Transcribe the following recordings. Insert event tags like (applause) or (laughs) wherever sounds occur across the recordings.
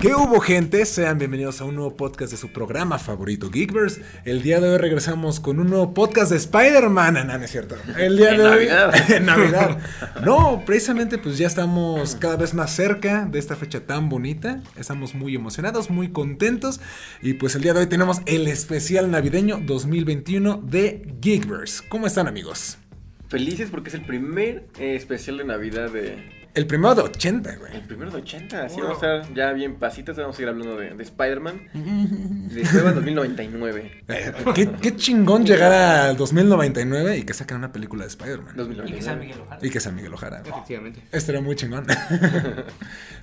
¿Qué hubo, gente? Sean bienvenidos a un nuevo podcast de su programa favorito, Geekverse. El día de hoy regresamos con un nuevo podcast de Spider-Man. No, no es cierto. El día En de hoy. (laughs) Navidad. en Navidad. No, precisamente, pues ya estamos cada vez más cerca de esta fecha tan bonita. Estamos muy emocionados, muy contentos. Y pues el día de hoy tenemos el especial navideño 2021 de Geekverse. ¿Cómo están, amigos? Felices porque es el primer eh, especial de Navidad de. El primero de 80, güey. (laughs) El primero de 80. Así vamos a estar ya bien pasitas. Vamos a ir hablando de, de Spider-Man. Mm. De Esteban 2099. Eh, ¿Qué, qué chingón llegar al 2099 y que saquen una película de Y que Spider-Man. sea 2099. Miguel Ojara. Y que sea Miguel Ojara. güey. Efectivamente. Estaría muy chingón.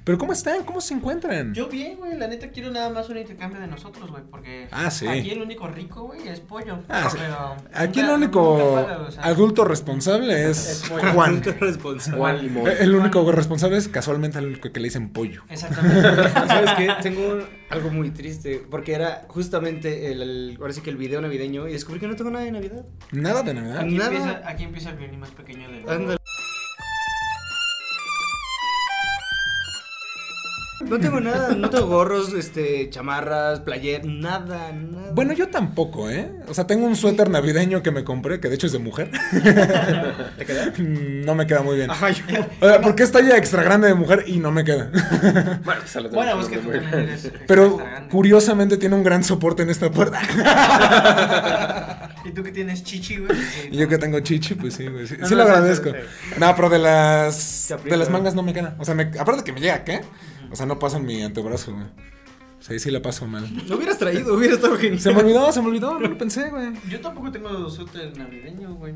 Pero ¿cómo están? ¿Cómo se encuentran? Yo bien, güey, la neta quiero nada más un intercambio de nosotros, güey, porque Ah, sí. aquí el único rico, güey, es pollo. Ah, No, sí. pero Aquí el nunca- único nunca paga, o sea, adulto responsable es Es pollo. Juan. (laughs) Juan Limón. El único responsable es casualmente el único que le dicen pollo. (laughs) Exactamente. ¿Sabes qué? Tengo un- algo muy triste, porque era justamente el, el- ahora sí que el video navideño y descubrí que no tengo nada de Navidad. Nada de Navidad. Aquí Nada. empieza, aquí empieza el violín más pequeño del Ándale. No tengo nada, no tengo gorros, este, chamarras, player, nada, nada. Bueno, yo tampoco, ¿eh? O sea, tengo un suéter navideño que me compré, que de hecho es (laughs) de mujer. Mm, ¿te queda? No me queda muy bien. Ah. Ajá, yo. O sea, porque está ya extra grande de mujer y no me queda. Bueno, (laughs) pues a los Bueno, demás pues que tú no me también muero. eres Pero extra grande. curiosamente tiene un gran soporte en esta puerta. Y tú que tienes chichi, güey. eh, (laughs) Y yo que tengo chichi, pues sí, güey. Sí, No, sí no, lo sí, agradezco. sí, No, pero de las Te de aprieta, las ¿no? mangas no me queda. O sea, me, aparte que me llega acá, o sea, no pasa en mi antebrazo, güey. O sea, ahí sí la paso mal. Lo hubieras traído, hubiera estado genial. Se me olvidó, se me olvidó, no lo pensé, güey. Yo tampoco tengo suéter navideño, güey.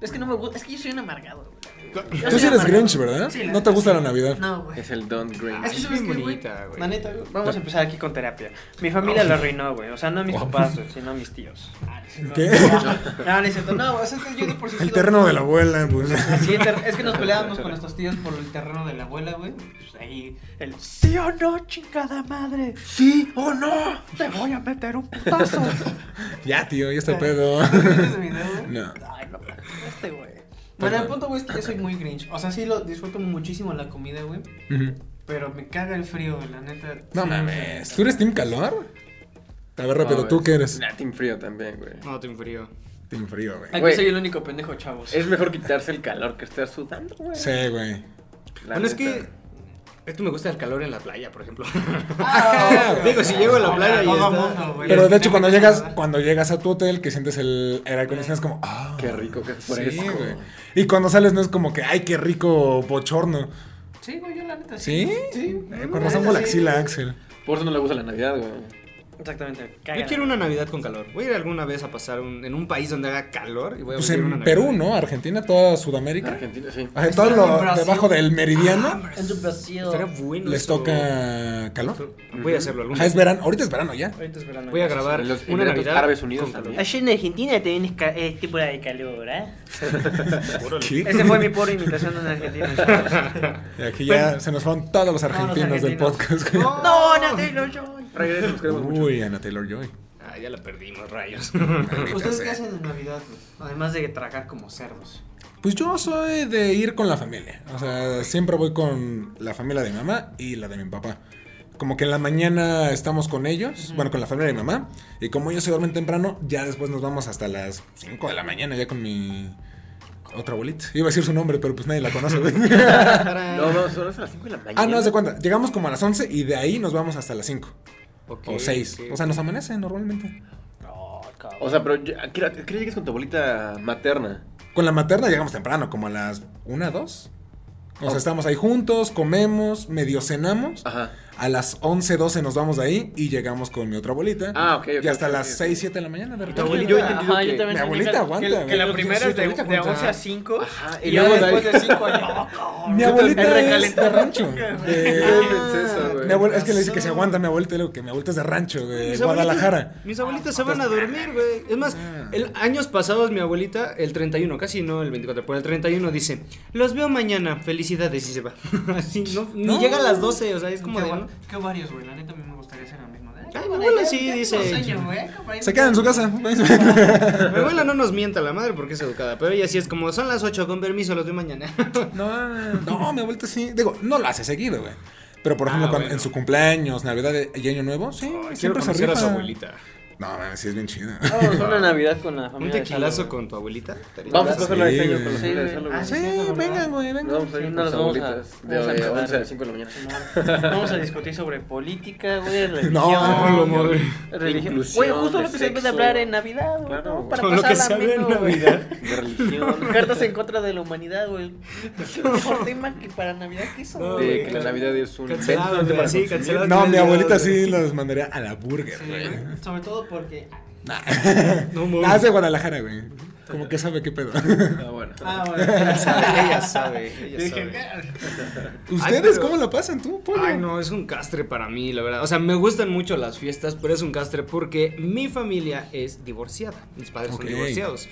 Es que no me gusta, es que yo soy un amargado, güey. Yo Tú soy sí eres amargado. Grinch, ¿verdad? Sí, No te gusta sí. la Navidad. No, güey. Es el Don Green. Ah, Es que Ay, sabes bien qué, güey. bonita, güey. La neta, güey. Vamos a empezar aquí con terapia. Mi familia lo arruinó, güey. O sea, no mis papás, güey, sino mis tíos. Ah, no es cierto. ¿Qué? No, no es cierto. No, o sea, es que yo de por sí. El sigo- terreno de la abuela, pues. Sí, el ter- es que nos peleábamos con nuestros tíos por el terreno de la abuela, güey. Pues ahí, el. ¿Sí o no, chingada madre? Sí, oh no. Te voy a meter un putazo. (laughs) Ya, tío, ya (laughs) está pedo. ¿Ese video, güey? No. Ay, no, este, güey. Bueno, el punto, güey, es que yo soy muy grinch. O sea, sí lo disfruto muchísimo la comida, güey. Ujú. Pero me caga el frío, güey, la neta. No Sí, mames. sí. ¿Tú eres Team Calor? A ver, rápido, No, ¿tú es- qué eres? Nah, Team Frío también, güey. No, tengo frío. Team Frío, güey. Aquí Güey. soy el único pendejo, chavos. Es mejor quitarse el calor que estar sudando, güey. Sí, güey. La bueno, neta. es que. Esto me gusta el calor en la playa, por ejemplo. Ah, güey. Digo, si llego a la playa y Todo está- mundo, Pues güey. Pero de hecho, cuando llegas, Ajá. cuando llegas a tu hotel, que sientes el aire acondicionado, es como, ah, Qué rico, qué sí, fresco. güey. Y cuando sales, no es como que, ay, qué rico bochorno. Sí, güey, yo la neta ¿Sí? Sí. Eh, Con razón por la axila, Axel. Por eso no le gusta la Navidad, güey. Exactamente. Yo quiero una Navidad con calor. Voy a ir alguna vez a pasar un- en un país donde haga calor y voy a Pues vivir una en Navidad. Perú, ¿no? Argentina, toda Sudamérica. Argentina, sí. Ajá, todo en lo Brasil. debajo del Ah, meridiano En tu Brasil. Estaría bueno les eso. toca calor. Voy a hacerlo algún Ajá, es día. verano. Ahorita es verano ya. Ahorita es verano. Voy a grabar En los Ah, una Emiratos Navidad Árabes Unidos con calor. también. Allí en Argentina te vienes ca eh, temporada de calor, ¿eh? ¿Qué? Ese fue mi pobre imitación de un argentino. chavos. Y aquí ya se nos fueron todos los argentinos del argentinos. podcast. güey. no, no te lo yo. Regreso, los queremos mucho. Uy, Ana Taylor Joy. Ah, ya la perdimos, (laughs) rayos. (laughs) ¿Ustedes qué hacen en Navidad, güey? Además de tragar como cerdos. Pues yo soy de ir con la familia. O sea, siempre voy con la familia de mi mamá y la de mi papá. Como que en la mañana estamos con ellos, bueno, con la familia de mi mamá. Y como ellos se duermen temprano, ya después nos vamos hasta las 5 de la mañana, ya con mi otra abuelita. Iba a decir su nombre, pero pues nadie la conoce. (laughs) güey. No, no, son las 5 de la mañana. ah, no, haz de cuenta. Llegamos como a las 11 y de ahí nos vamos hasta las 5 Ok, o 6. ok. O sea, nos amanece normalmente. O sea, pero ya- ¿a qué hora- a qué hora llegas con tu abuelita materna? Con la materna llegamos temprano, como a las 1, 2. O sea, estamos ahí juntos, comemos, medio cenamos. Ajá. A las 11, 12 nos vamos de ahí y llegamos con mi otra abuelita. Ah, ok, ok, Y hasta ok, las ok. 6, 7 de la mañana. De tu repente. abuelita? Yo he entendido Ajá, yo también que- Mi entendí abuelita que- aguanta, Que, que güey. la primera Sí, es de, ahorita de cuenta. 11 a 5. Ajá, y y, luego luego de ahí- después de 5 años. Mi El abuelita es recalentado. de rancho. Ah, Yo De- pensé eso, güey. mi abuela- Eh, es que le dice que se aguanta mi abuelita, le digo que mi abuelita es de rancho, de Mis Eh, Guadalajara. Ah. abuelitas- mis abuelitas Ah, se van a dormir, güey. Es más, el años pasados mi abuelita, el 31, casi no el 24, pero el 31 dice, los veo mañana, felicidades y se va. (laughs) Así, no, ni No. llega a las 12, o sea, es como ¿Qué, de... va- ¿no? qué varios, güey? La neta a mí me gustaría hacer lo mismo. ¿eh? Ay, mi abuela sí dice- Se queda en su casa. (laughs) (laughs) Mi abuela no nos mienta la madre porque es educada, pero ella sí es como, son las 8, con permiso, los veo mañana. (laughs) No, no, mi abuelita sí. Digo, no lo hace seguido, güey. Pero por ejemplo, Ah, cuando- bueno. en su cumpleaños, Navidad y Año Nuevo, sí, Quiero siempre se conocer rifa. a su abuelita. Ah, No, man, sí es bien chida. Vamos a una Navidad con la Un familia. de tequilazo Salo, con tu abuelita. estaría Vamos a chido. cogerlo Sí, este año güey. con los Sí, amigos de güey. Salo, Ah, güey. sí, venga, güey, Nos vamos a ir Sí, con las nos vamos a- abuelitas de vamos a eh, empezar. 11 a las 5 de la mañana. güey. Vamos a discutir sobre política, güey, (laughs) religión. No, lo madre. religión. Inclusión, Güey, justo lo de que se debe sexo. hablar en Navidad, güey. Claro, ¿no? Para Con lo que se pasarla habla en menos, güey. Navidad. De religión. (laughs) Cartas en contra de la humanidad, güey. Es el mejor tema que para Navidad que hizo, No, güey. De que la Navidad es un Cancelado, evento güey, para sí, consumir. cancelado. No, mi abuelita sí Sí. los mandaría a la burger, güey. Sí, sobre todo porque. (laughs) Ah, No, es de mames. Guadalajara, güey. Como que sabe qué pedo. Ah, bueno. (laughs) Ah, (laughs) Ella bueno. sabe, ella (laughs) sabe. Yo Ella dije, sabe. (laughs) ¿Ustedes pero- cómo la pasan tú, Pollo? Ay, no, es un castre para mí, la verdad. O sea, me gustan mucho las fiestas, pero es un castre porque mi familia es divorciada. Mis padres Ok. son divorciados.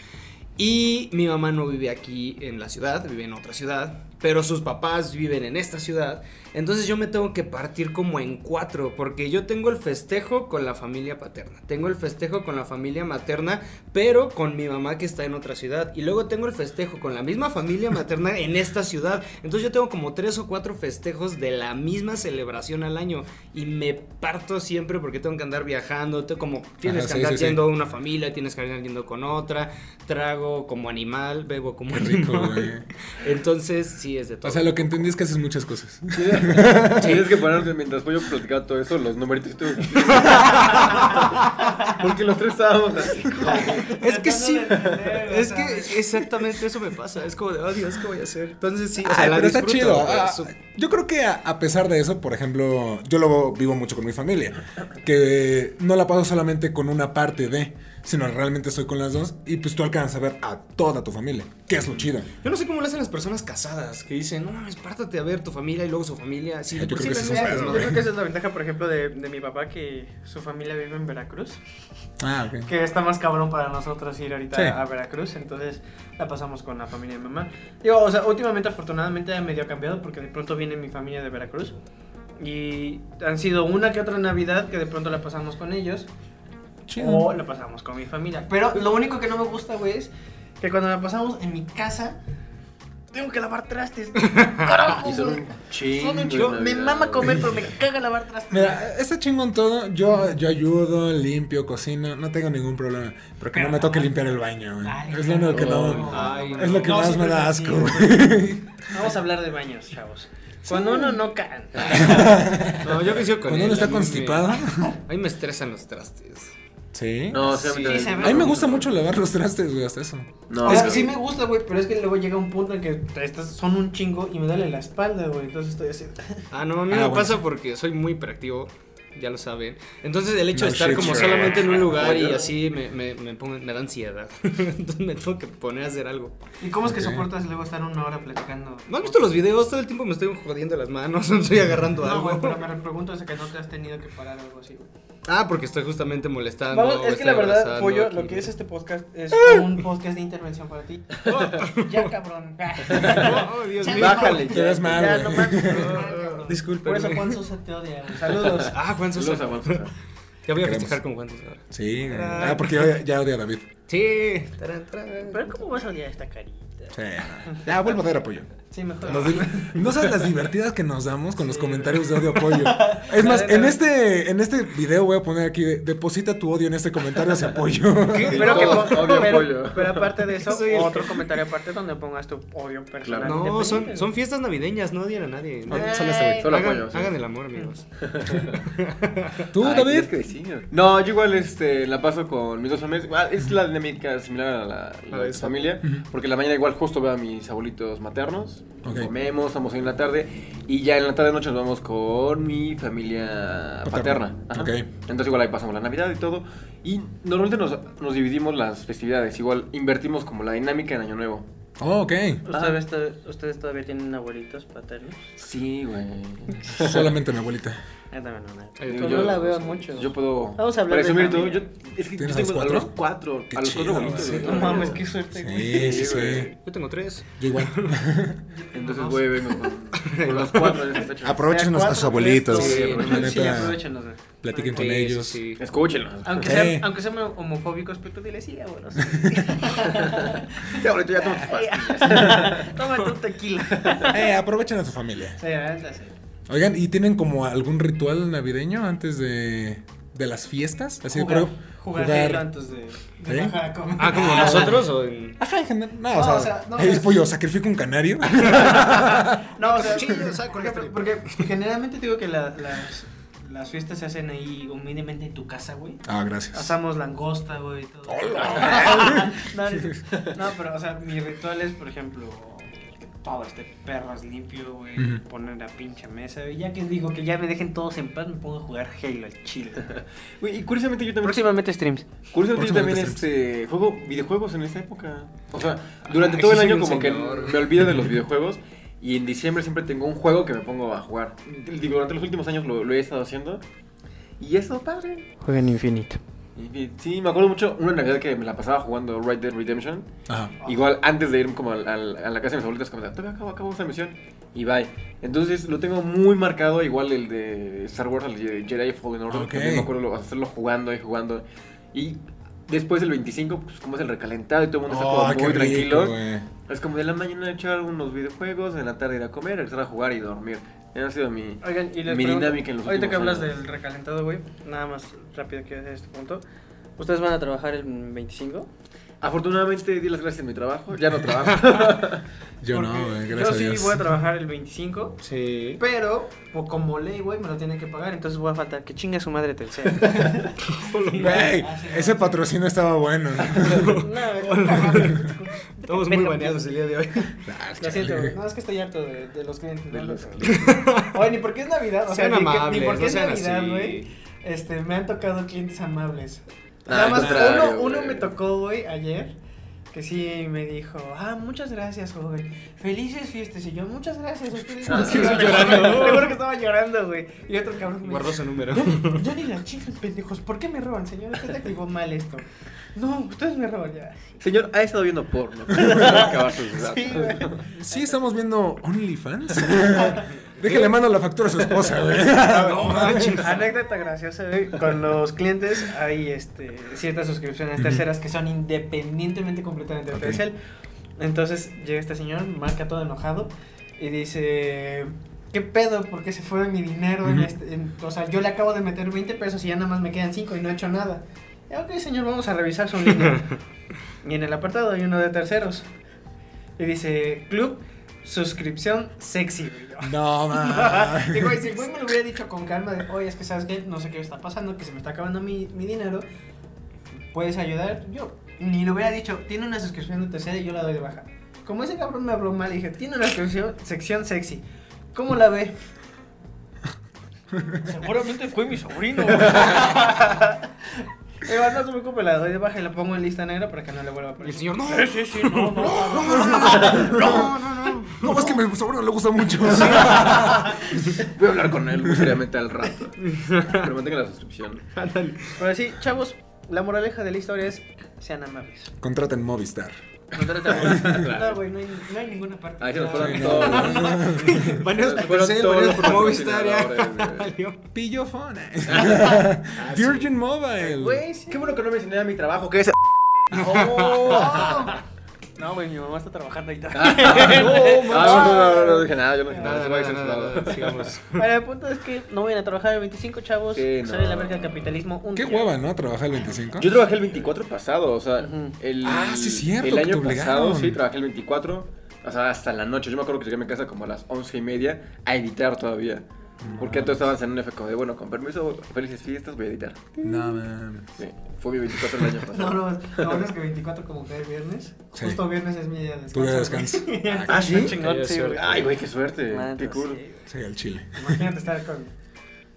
Y mi mamá no vive aquí en la ciudad, vive en otra ciudad, pero sus papás viven en esta ciudad. Entonces yo me tengo que partir como en cuatro, porque yo tengo el festejo con la familia paterna, tengo el festejo con la familia materna, pero con mi mamá que está en otra ciudad, y luego tengo el festejo con la (laughs) misma familia materna en esta ciudad. Entonces yo tengo como tres o cuatro festejos de la misma celebración al año, y me parto siempre porque tengo que andar viajando, te- como tienes Ajá, sí, que andar sí, sí. yendo una familia, tienes que andar yendo con otra, trago como animal, bebo como Qué rico, animal. güey. (laughs) Entonces, sí es de todo. O sea, lo que entendí es que haces muchas cosas. Tienes que poner mientras voy a platicar todo eso, los numeritos (laughs) tú. Porque los tres estábamos así. es que sí, Tratando de entender, o (laughs) es sea. que exactamente eso me pasa. Es como de, oh Dios, ¿qué voy a hacer? Entonces, sí, o Ay, sea, Ah, Ah, la pero está disfruto, chido. güey, Ah, su- yo creo que a, a pesar de eso, por ejemplo, yo lo vivo mucho con mi familia. Que no la paso solamente con una parte de, sino realmente estoy con las dos. Y pues tú alcanzas a ver a toda tu familia. Que es lo chido. Yo no sé cómo lo hacen las personas casadas que dicen, no mames, pártate a ver tu familia y luego su familia. Sí, Ah, Yo pues, creo sí, que eso la es neta, un ¿no? pedo, Yo güey. creo que esa es la ventaja, por ejemplo, de, de mi papá, que su familia vive en Veracruz. Ah, ok. Que está más cabrón para nosotros ir ahorita Sí. a Veracruz, entonces la pasamos con la familia de mi mamá. Digo, o sea, últimamente afortunadamente ha medio cambiado porque de pronto viene mi familia de Veracruz y han sido una que otra Navidad que de pronto la pasamos con ellos o la pasamos con mi familia. Pero lo único que no me gusta, güey, es que cuando la pasamos en mi casa tengo que lavar trastes. ¡Carajo! Y son un güey! chingo. Son un de chingo. Me Navidad, mama güey. comer, pero me caga lavar trastes. Mira, está chingón todo. Yo, yo ayudo, limpio, cocino. No tengo ningún problema. Pero que no me toque limpiar el baño, güey. Ay, Es lo único que no. no. Ay, Es lo que No, más sí, me pero da sí. asco, güey. Vamos a hablar de baños, chavos. Cuando uno no canta. No, yo coincido con Cuando él, uno a está mí me- constipado. A mí me estresan los trastes. Sí. No, sí, a mí Sí, también. se ve. A mí me gusta mucho lavar los trastes, güey, hasta eso. No, es que güey. sí me gusta, güey, pero es que luego llega un punto en que estas son un chingo y me duele la espalda, güey. Entonces estoy así. Ah, no, a mí Ah, me bueno, pasa sí. porque soy muy hiperactivo, ya lo saben. Entonces el hecho No de estar shit, como sure. solamente en un lugar y Oye. así me, me, me, pongo- me da ansiedad. (laughs) Entonces me tengo que poner a hacer algo. ¿Y cómo es que Ok. soportas luego estar una hora platicando? ¿No han visto los videos? Todo el tiempo me estoy jodiendo las manos, (laughs) me estoy agarrando No, algo. güey, pero me pregunto es que no te has tenido que parar algo así, güey. Ah, porque estoy justamente molestando. Vamos, es que estoy la verdad, abrazando Pollo, aquí. lo que es este podcast es (laughs) un podcast de intervención para (laughs) ti. ya, cabrón. (laughs) Oh, Dios mío. Bájale, Te ves mal, Ya, güey. (laughs) no mames, te ves mal, cabrón. Disculpe. Por eso Juan Sosa te odia, güey. Saludos. Ah, Juan Sosa. Los aguantos. Ya voy a Queremos. festejar con Juan Sosa. ahora. Sí, güey. Ah, porque yo ya odio a David. Sí. Tarán, tarán. Pero ¿cómo vas a odiar esta carita? Sí. Ya, vuelvo a dar apoyo. Sí, mejor. Nos di- (laughs) no sabes las divertidas que nos damos con los comentarios de odio (laughs) apoyo. Es más, en este, en este video voy a poner aquí, de- deposita tu odio en este comentario hacia (laughs) apoyo. Pero, que Todos pon- odian pero- pollo. pero aparte (laughs) de eso, Soy el- otro comentario aparte donde pongas tu odio personal. Claro. No, son, independiente. son fiestas navideñas, no odian a nadie. No, solo este güey. Solo hagan, apoyo, sí. hagan el amor, amigos. ¿Tú, Ay, David? es que sí, güey. No, yo igual este, la paso con mis dos familias. Ah, Es la dinámica similar a la, la A de tu esa. familia. Porque en la mañana igual justo veo a mis abuelitos maternos. Ok. Comemos, estamos ahí en la tarde. Y ya en la tarde noche nos vamos con mi familia Paterna. paterna. Ajá. Ok. Entonces igual ahí pasamos la Navidad y todo. Y normalmente nos, nos dividimos las festividades. Igual invertimos como la dinámica en Año Nuevo. Oh, ok. ¿Ustedes ¿Ustedes todavía tienen abuelitos paternos? Sí, güey. Solamente mi abuelita. Eh, Ay, Yo yo- Ah, no la veo mucho. Yo puedo Vamos a hablar de presumir todo. familia. Yo, es que yo ¿Tienes tengo a a los los cuatro. Qué a los chido, cuatro bonitos. güey. güey. No mames, qué suerte, güey. Sí, sí, sí. güey. Yo tengo tres. Yo igual. Entonces, güey, vengo con, (laughs) con los cuatro en esa fecha. Aprovechenos a sus abuelitos. Sí, Sí, la sí, neta, aprovechenos, güey. platiquen con Sí, sí, ellos. (laughs) sí. Escúchenlos. Aunque, Sí. sean, aunque sean homofóbicos, pero tú dile sí, abuelos. (laughs) Ya, ahorita ya tomo tus pastillas. Toma tu tequila. Eh, aprovechen a su familia. Sí, la neta, sí. Oigan, ¿y tienen como algún ritual navideño antes de, de las fiestas? Así de jugar, prueba- jugar, Halo antes de, de ¿Sí? bajar a comer. Ah, como nosotros o en... Ajá, en general. No, No, o sea, o sea, no, "Ey, es- pollo, sacrifico un canario. No, o (laughs) sea, Sí, o sea, con porque, este- porque generalmente digo que la- las, las fiestas se hacen ahí humildemente en tu casa, güey. (laughs) Ah, gracias. Asamos langosta, güey, y todo. Hola. (laughs) no, no, no, pero, o sea, mi ritual es, por ejemplo, que todo esté perras limpio, güey, Ujú. poner la pinche mesa, güey. Ya que digo que ya me dejen todos en paz, me pongo a jugar Halo al chile. Güey, y curiosamente yo también. Próximamente streams. Curiosamente yo también Próximamente este, juego videojuegos en esta época. O sea, durante todo el soy año un como que señor. me olvido de los videojuegos y en diciembre siempre tengo un juego que me pongo a jugar. Digo, durante los últimos años lo, lo he estado haciendo y eso padre. Jueguen infinito. Y- y- Sí, me acuerdo mucho una Navidad que me la pasaba jugando Red Dead Redemption. Ajá. Igual antes de irme como al- al- a la casa de mis abuelitos, como de, todavía acabo, acabo esta misión y bye. Entonces lo tengo muy marcado, igual el de Star Wars, el de Jedi Fallen Order, Ok. también me acuerdo lo- hacerlo jugando y jugando. Y después el 25, pues como es el recalentado y todo el mundo Oh, está qué como muy rico, tranquilo. güey. Es como de la mañana echar unos videojuegos, en la tarde ir a comer, regresar a jugar y dormir. Esa ha sido mi... Oigan, y les Mi pregunto, dinámica en los ahorita que últimos hablas años. del recalentado, güey, nada más rápido que hacer este punto. ¿Ustedes van a trabajar el 25? Afortunadamente di las gracias en mi trabajo, ya no (laughs) trabajo. Yo Porque no, eh, güey, Yo gracias sí a Dios. voy a trabajar el 25, Sí. pero pues, como ley, güey, me lo tienen que pagar, entonces voy a faltar que chingue su (laughs) madre (laughs) tercera. Güey, ese patrocinio estaba bueno. Estamos muy baneados el día de hoy. Lo siento, güey. No, es que estoy harto de, de los clientes. De ¿no? los Oye, ni porque es Navidad, (laughs) o sea, ni, Sean que- amables, ni porque no es sean Navidad, así. güey. Este, me han tocado clientes amables. Ah, Nada al más, contrario, uno, uno güey. me tocó, güey, ayer, que sí me dijo, ah, muchas gracias, joven. Felices fiestas. Y yo, muchas gracias. a ustedes". (laughs) Ah, sí, Yo- (laughs) llorando. Seguro que estaba llorando, güey. Y otro cabrón me Guardo dijo, (laughs) su número. "Ya ni- ya ni las chicas, pendejos. ¿Por qué me roban, señor? Usted activó mal esto. No, ustedes me roban ya. Señor, ha estado viendo (laughs) porno. Acabar sus Sí, datos. güey. Sí, estamos viendo OnlyFans. Déjale mando la factura a su esposa, güey. No manches. Anécdota graciosa, güey. Con los clientes hay este, ciertas suscripciones terceras que son independientemente completamente Ok. oficial. Entonces llega este señor, marca todo enojado y dice: ¿Qué pedo? ¿Por qué se fue mi dinero? en Ujú. este- en- o sea, yo le acabo de meter 20 pesos y ya nada más me quedan 5 y no he hecho nada. "Eh, ok, señor, vamos a revisar su (laughs) línea. y en el apartado hay uno de terceros. Y dice: Club, suscripción sexy. güey". Yo, No, (laughs) mames. Digo, y si el güey me lo hubiera dicho con calma de, oye, es que sabes que no sé qué está pasando, que se me está acabando mi, mi dinero, ¿puedes ayudar? Yo ni lo hubiera dicho, tiene una suscripción de tercera y yo la doy de baja. Como ese cabrón me habló mal, dije, tiene una suscripción, sección sexy. ¿Cómo la ve? Seguramente fue mi sobrino. güey. Eh, no se preocupe, la doy de baja y la pongo en lista negra para que no le vuelva a Y el aparecer. señor, no. Sí, sí, sí, no, no, no, no, no, no. No, no, no. No, es que mi sobrino le gusta mucho. Voy a hablar con él muy seriamente al rato. Pero mantenga la suscripción. Ándale. Pero sí, (laughs) chavos, la moraleja de la historia es sean amables. Contraten Movistar. (laughs) No, güey, no hay, no hay ninguna parte. Ahí se nos Ah, fueron sí. todos. Baneados por Fueron Telcel, todos baneados por los Movistar, ya. patrocinadores, Valió. Pillofona. (laughs) Virgin Mobile. Güey, sí. Qué bueno que no mencioné a mi trabajo, (laughs) que es. oh. No, güey, mi mamá está trabajando ahorita. Ah. Ah, no, no, no, no dije nada, yo no dije nada. se Nada, va a nada, decir nada, nada. nada, sigamos. Ahora, el punto es que no vayan a trabajar el 25, chavos. Sí, no. Sale la verga el capitalismo. Un Qué día. hueva, ¿no? Trabajar el 25. Yo trabajé el 24 pasado, o sea, Ujú. el, Ah, sí, cierto, el que año te pasado obligaron. sí, trabajé el 24, o sea, hasta la noche. Yo me acuerdo que llegué a mi casa como a las 11 y media a editar todavía. Porque todos estaban en un efecto de, bueno, con permiso, felices fiestas, voy a editar. No, mames. Sí, fue mi 24 (laughs) el año pasado. No, no, lo bueno es que 24 como cae viernes. Sí. Justo viernes es mi día de descanso. Tu día de güey. descanso. (laughs) Ah, Está sí. chingón, Qué sí, güey. suerte. Ay, güey, qué suerte. La qué neta, cool. sí. Sí, al chile. Imagínate estar con.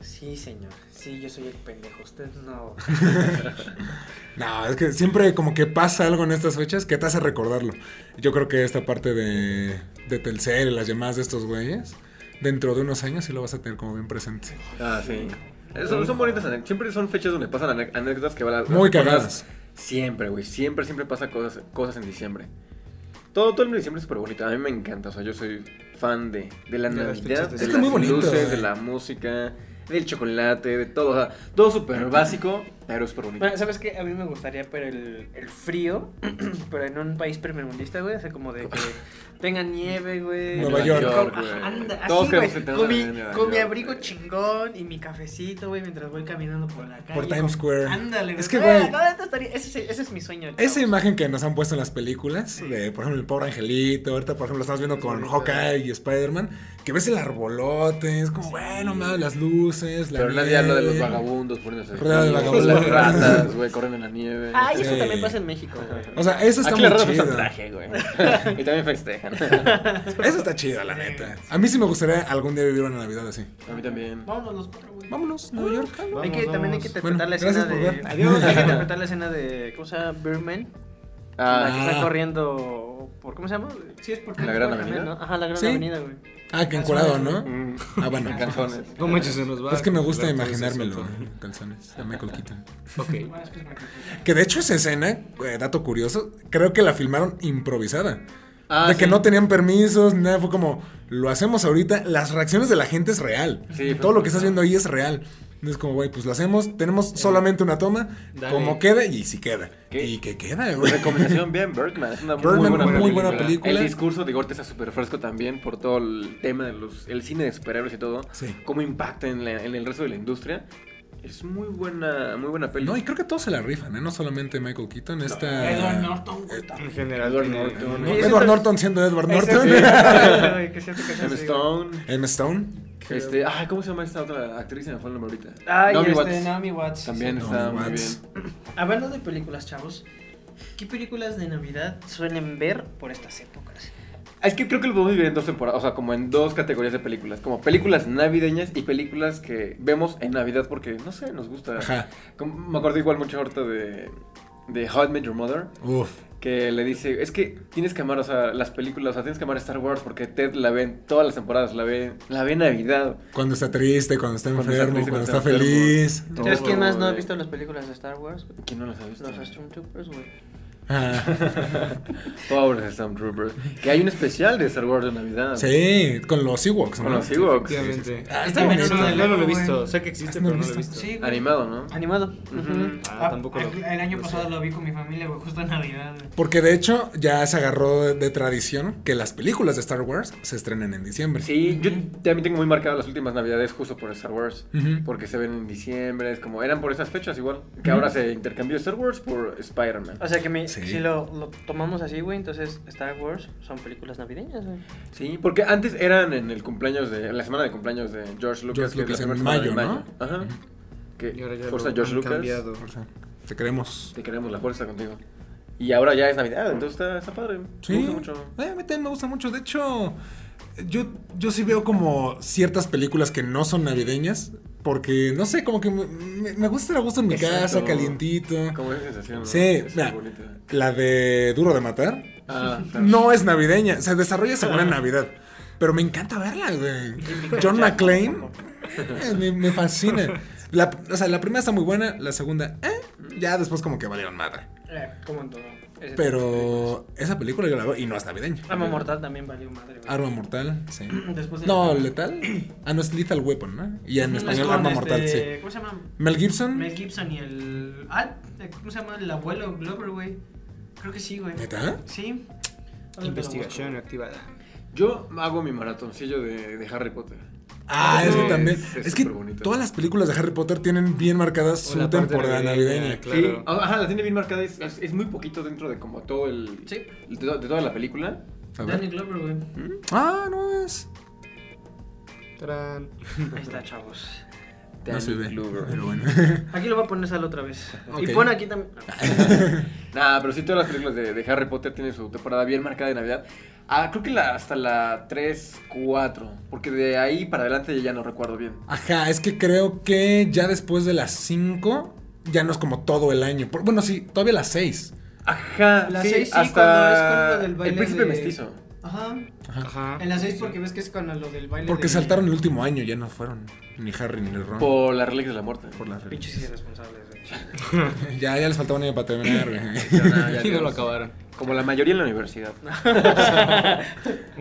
Sí, señor. Sí, yo soy el pendejo. Usted no. No, es que siempre como que pasa algo en estas fechas que te hace recordarlo. Yo creo que esta parte de, de Telcel y las llamadas de estos güeyes, dentro de unos años sí lo vas a tener como bien presente. Ah, sí. Son, son bonitas anécdotas. Siempre son fechas donde pasan ane- anécdotas que van a. Muy cagadas. Siempre, güey. Siempre, siempre pasa cosas, cosas en diciembre. Todo, todo el mes de diciembre es súper bonito. A mí me encanta. O sea, yo soy fan de, de la De las Navidad, fechas de de Es que las muy bonito, luces, de güey. la música, del chocolate, de todo. O sea, todo súper básico. Pero es súper bonito. Bueno, ¿sabes qué? A mí me gustaría, pero el, el frío, (clears throat) pero en un país primermundista, güey, hace (laughs) como de que tenga nieve, güey. Nueva Ajá, York. güey. Anda, Todos así, queremos güey, tener con una mi, vida en Nueva con mi York, abrigo güey. chingón y mi cafecito, güey, mientras voy caminando por la calle. Por con- Times Square. Ándale, Es que, Ah, güey. no, esto estaría- ese, es el- ese es mi sueño. chavos. Esa imagen que nos han puesto en las películas, de por ejemplo el pobre angelito, ahorita por ejemplo lo estamos viendo con Hawkeye y Spider-Man, que ves el arbolote, es como bueno, madre, las luces, la Pero nadie habla de los nieve. vagabundos poniéndose. Rodeado de vestidos, vagabundos. Las ratas, güey, corren en la nieve. Ay, eso Sí. también pasa en México, güey. O sea, eso está Aquí muy las ratas chido. usan traje, güey. (laughs) Y también (laughs) festejan. A Eso está chido, la neta. A mí sí me gustaría algún día vivir una Navidad así. mí también. Vámonos los cuatro, güey. Vámonos, Nueva York. hay que, Vamos, también hay vamos. que interpretar Bueno, la escena gracias por de. ver. (laughs) Adiós, hay que interpretar la escena de. ¿Cómo se llama? Birdman. La que Ah, está corriendo. Por, ¿Cómo se llama? Sí, es por La Gran Avenida. ¿no? Ajá, la Gran Sí. Avenida, güey. Ah, que enculado, ¿no? mm, Ah, bueno. Canciones. No manches, se nos va. Es que me a gusta colgar todo ese imaginármelo, asunto. en calzones, a Michael Keaton. Ok. Ah, Bueno, es que es Michael Keaton. Que de hecho esa escena, eh, dato curioso, creo que la filmaron improvisada. Ah, de que sí. no tenían permisos, ni nada, fue como, lo hacemos ahorita, las reacciones de la gente es real. Sí, Todo lo fue que improvisado. estás viendo ahí es real. Es como, güey, pues lo hacemos, tenemos solamente una toma, Dale. como queda y si queda. ¿Qué? Y que queda, güey. Recomendación, vean Birdman. Es una muy, Pues, Birdman, buena, muy película. buena película. El discurso de Gorte está súper fresco también por todo el tema del el cine de superhéroes y todo. Sí. Cómo impacta en, la- en el resto de la industria. Es muy buena, muy buena (laughs) peli. No, y creo que todos se la rifan, ¿eh? No solamente Michael Keaton, esta... Edward Norton, güey. En también. general. Edward tiene- Norton. No, Y ese Edward es- Norton siendo Edward Norton. (laughs) Ese- güey, que siento que es Emma así, güey. Stone. M. Stone. Este, ay, ¿cómo se llama esta otra actriz? Se me fue el nombre ahorita. Ay, Naomi este, Watts. Naomi Watts. También Sí, está Naomi muy Watts. bien. Hablando de películas, chavos, ¿qué películas de Navidad suelen ver por estas épocas? Es que creo que lo podemos dividir en dos temporadas, o sea, como en dos categorías de películas, como películas navideñas y películas que vemos en Navidad porque, no sé, nos gusta. Ajá. Como- me acuerdo igual mucho ahorita de, de How I Met Your Mother, Uf. que le dice, es que tienes que amar, o sea, las películas, o sea, tienes que amar Star Wars porque Ted la ve en todas las temporadas, la ve, la ve en Navidad. Cuando está triste, cuando está Cuando está enfermo, triste, cuando cuando está, está enfermo. feliz. Todo, ¿Sabes quién más no ha güey. visto las películas de Star Wars? ¿Quién no las ha visto? Los Stormtroopers, güey. Ah, (laughs) Pobres Stormtroopers. Que hay un especial de Star Wars de Navidad. sí, con los Ewoks, ¿no? Con los Ewoks. Efectivamente. Ah, Es está que bonito. no, no, no lo he Güey. visto. Sé que existe, Ah, no pero lo he no lo he visto. Sí, güey. Animado, ¿no? Animado. Ujú. Ah, tampoco lo. el, el año no sé. pasado lo vi con mi familia, güey, justo en Navidad, güey. Porque de hecho ya se agarró de, de tradición que las películas de Star Wars se estrenen en diciembre. Sí, yo también tengo muy marcadas las últimas navidades justo por Star Wars. Ujú. Porque se ven en diciembre, es como, eran por esas fechas igual. Que ahora se intercambió Star Wars por Spider-Man. O sea que mi- Sí. si lo, lo tomamos así, güey, entonces Star Wars son películas navideñas, güey. Sí, porque antes eran en el cumpleaños de, en la semana de cumpleaños de George Lucas. George que es la Lucas, primera en semana mayo, de Ajá. Que, Y ahora ya fuerza lo George han Lucas, cambiado. O sea, te queremos. te queremos la fuerza contigo. Y ahora ya es Navidad, entonces está, está padre. Me Sí, gusta mucho. Eh, a mí también me gusta mucho. De hecho, yo, yo sí veo como ciertas películas que no son navideñas. Porque, no sé, como que me, me- me gusta el gusto en mi Exacto. casa, calientito. Como esa sensación, ¿no? Sí, Es muy mira. (laughs) bonita. La de Duro de Matar Ah, claro. no es navideña. Se desarrolla según la Navidad. Pero me encanta verla, güey. John McClane eh, me, me fascina. La, o sea, la primera está muy buena, la segunda, eh, ya después como que valieron madre. eh, como en todo. Ese Pero esa película yo la veo y no es navideña. tipo. Arma Mortal también valió madre, güey. Arma mortal, sí. Después de- No, letal. Ah, no, es Lethal Weapon, ¿no? Y en Es español, con Arma este- mortal, sí. ¿Cómo se llama? Mel Gibson. Mel Gibson y el. Ah, ¿cómo se llama? El abuelo Glover, güey. Creo que sí, güey. ¿Neta? Sí. Investigación activada. Yo hago mi maratoncillo de, de Harry Potter. Ah, Sí, eso también. es- Es, es que superbonito. todas las películas de Harry Potter tienen bien marcada O su la parte temporada navideña. Claro. Sí, Ah, ajá, la tiene bien marcada, es, es- es muy poquito dentro de como todo el... Sí. De, to- de toda la película. A ver. Danny Glover, güey. Ah, no es. Tarán. Ahí está, chavos. No se ve. Danny Glover. Pero bueno. Aquí lo voy a poner sal otra vez. Ok. Y pon aquí también. (laughs) Nah, pero sí todas las películas de, de Harry Potter tienen su temporada bien marcada de Navidad. Ah, creo que la- hasta la 3, 4, porque de ahí para adelante ya no recuerdo bien. Ajá, es que creo que ya después de las 5 ya no es como todo el año. Por- bueno, sí, todavía las 6. Ajá, La sí, seis sí, cuando es con hasta lo del baile el príncipe de- mestizo. Ajá. Ah, Ajá. En las seis porque ves que es con lo del baile. Porque de- saltaron el último año, ya no fueron ni Harry ni Ron. Por la reliquia de la muerte. por las (laughs) Pinches irresponsables, güey. Ah, Ya, ya les faltaba un año para terminar, güey. Ya, nah, ya, (laughs) Y no Dios. lo acabaron. Como la mayoría en la universidad. Un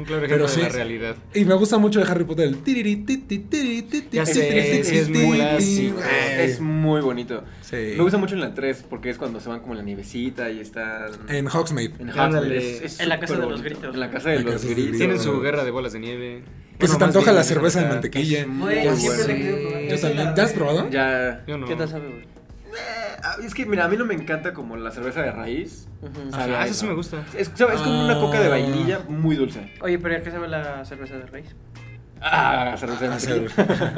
claro Pero ejemplo sí. de la realidad. Y me gusta mucho de Harry Potter el tiriri, ti, ti, tiriri, ti, ti, Ya ti, sé, ti, ti, sí, es ti, muy ti, clásico. ti. Ah, Es muy bonito. Sí. Me gusta mucho en la 3 porque es cuando se van como en la nievecita y están En Hogsmeade. en Ándale. Hogwarts. Es- es En la casa súper de los bonito. gritos. En la casa de La los casa de los gritos. Tienen su guerra de bolas de nieve. Que se te Bueno, más antoja bien, la cerveza de está- mantequilla. Muy Güey, siempre bueno. le quiero probar. Yo Esa también. la ¿Te has de- probado? Ya. Yo no. ¿Qué tal sabe, güey? Ah, Es que mira, a mí no me encanta como la cerveza de raíz. Ajá, Sabe a esa Ah, sí me gusta. Es, sabe, es como una coca de Ah. vainilla muy dulce. Oye, pero ¿a qué sabe la cerveza de raíz? Ah, cerveza de Ah, (laughs) mantequilla.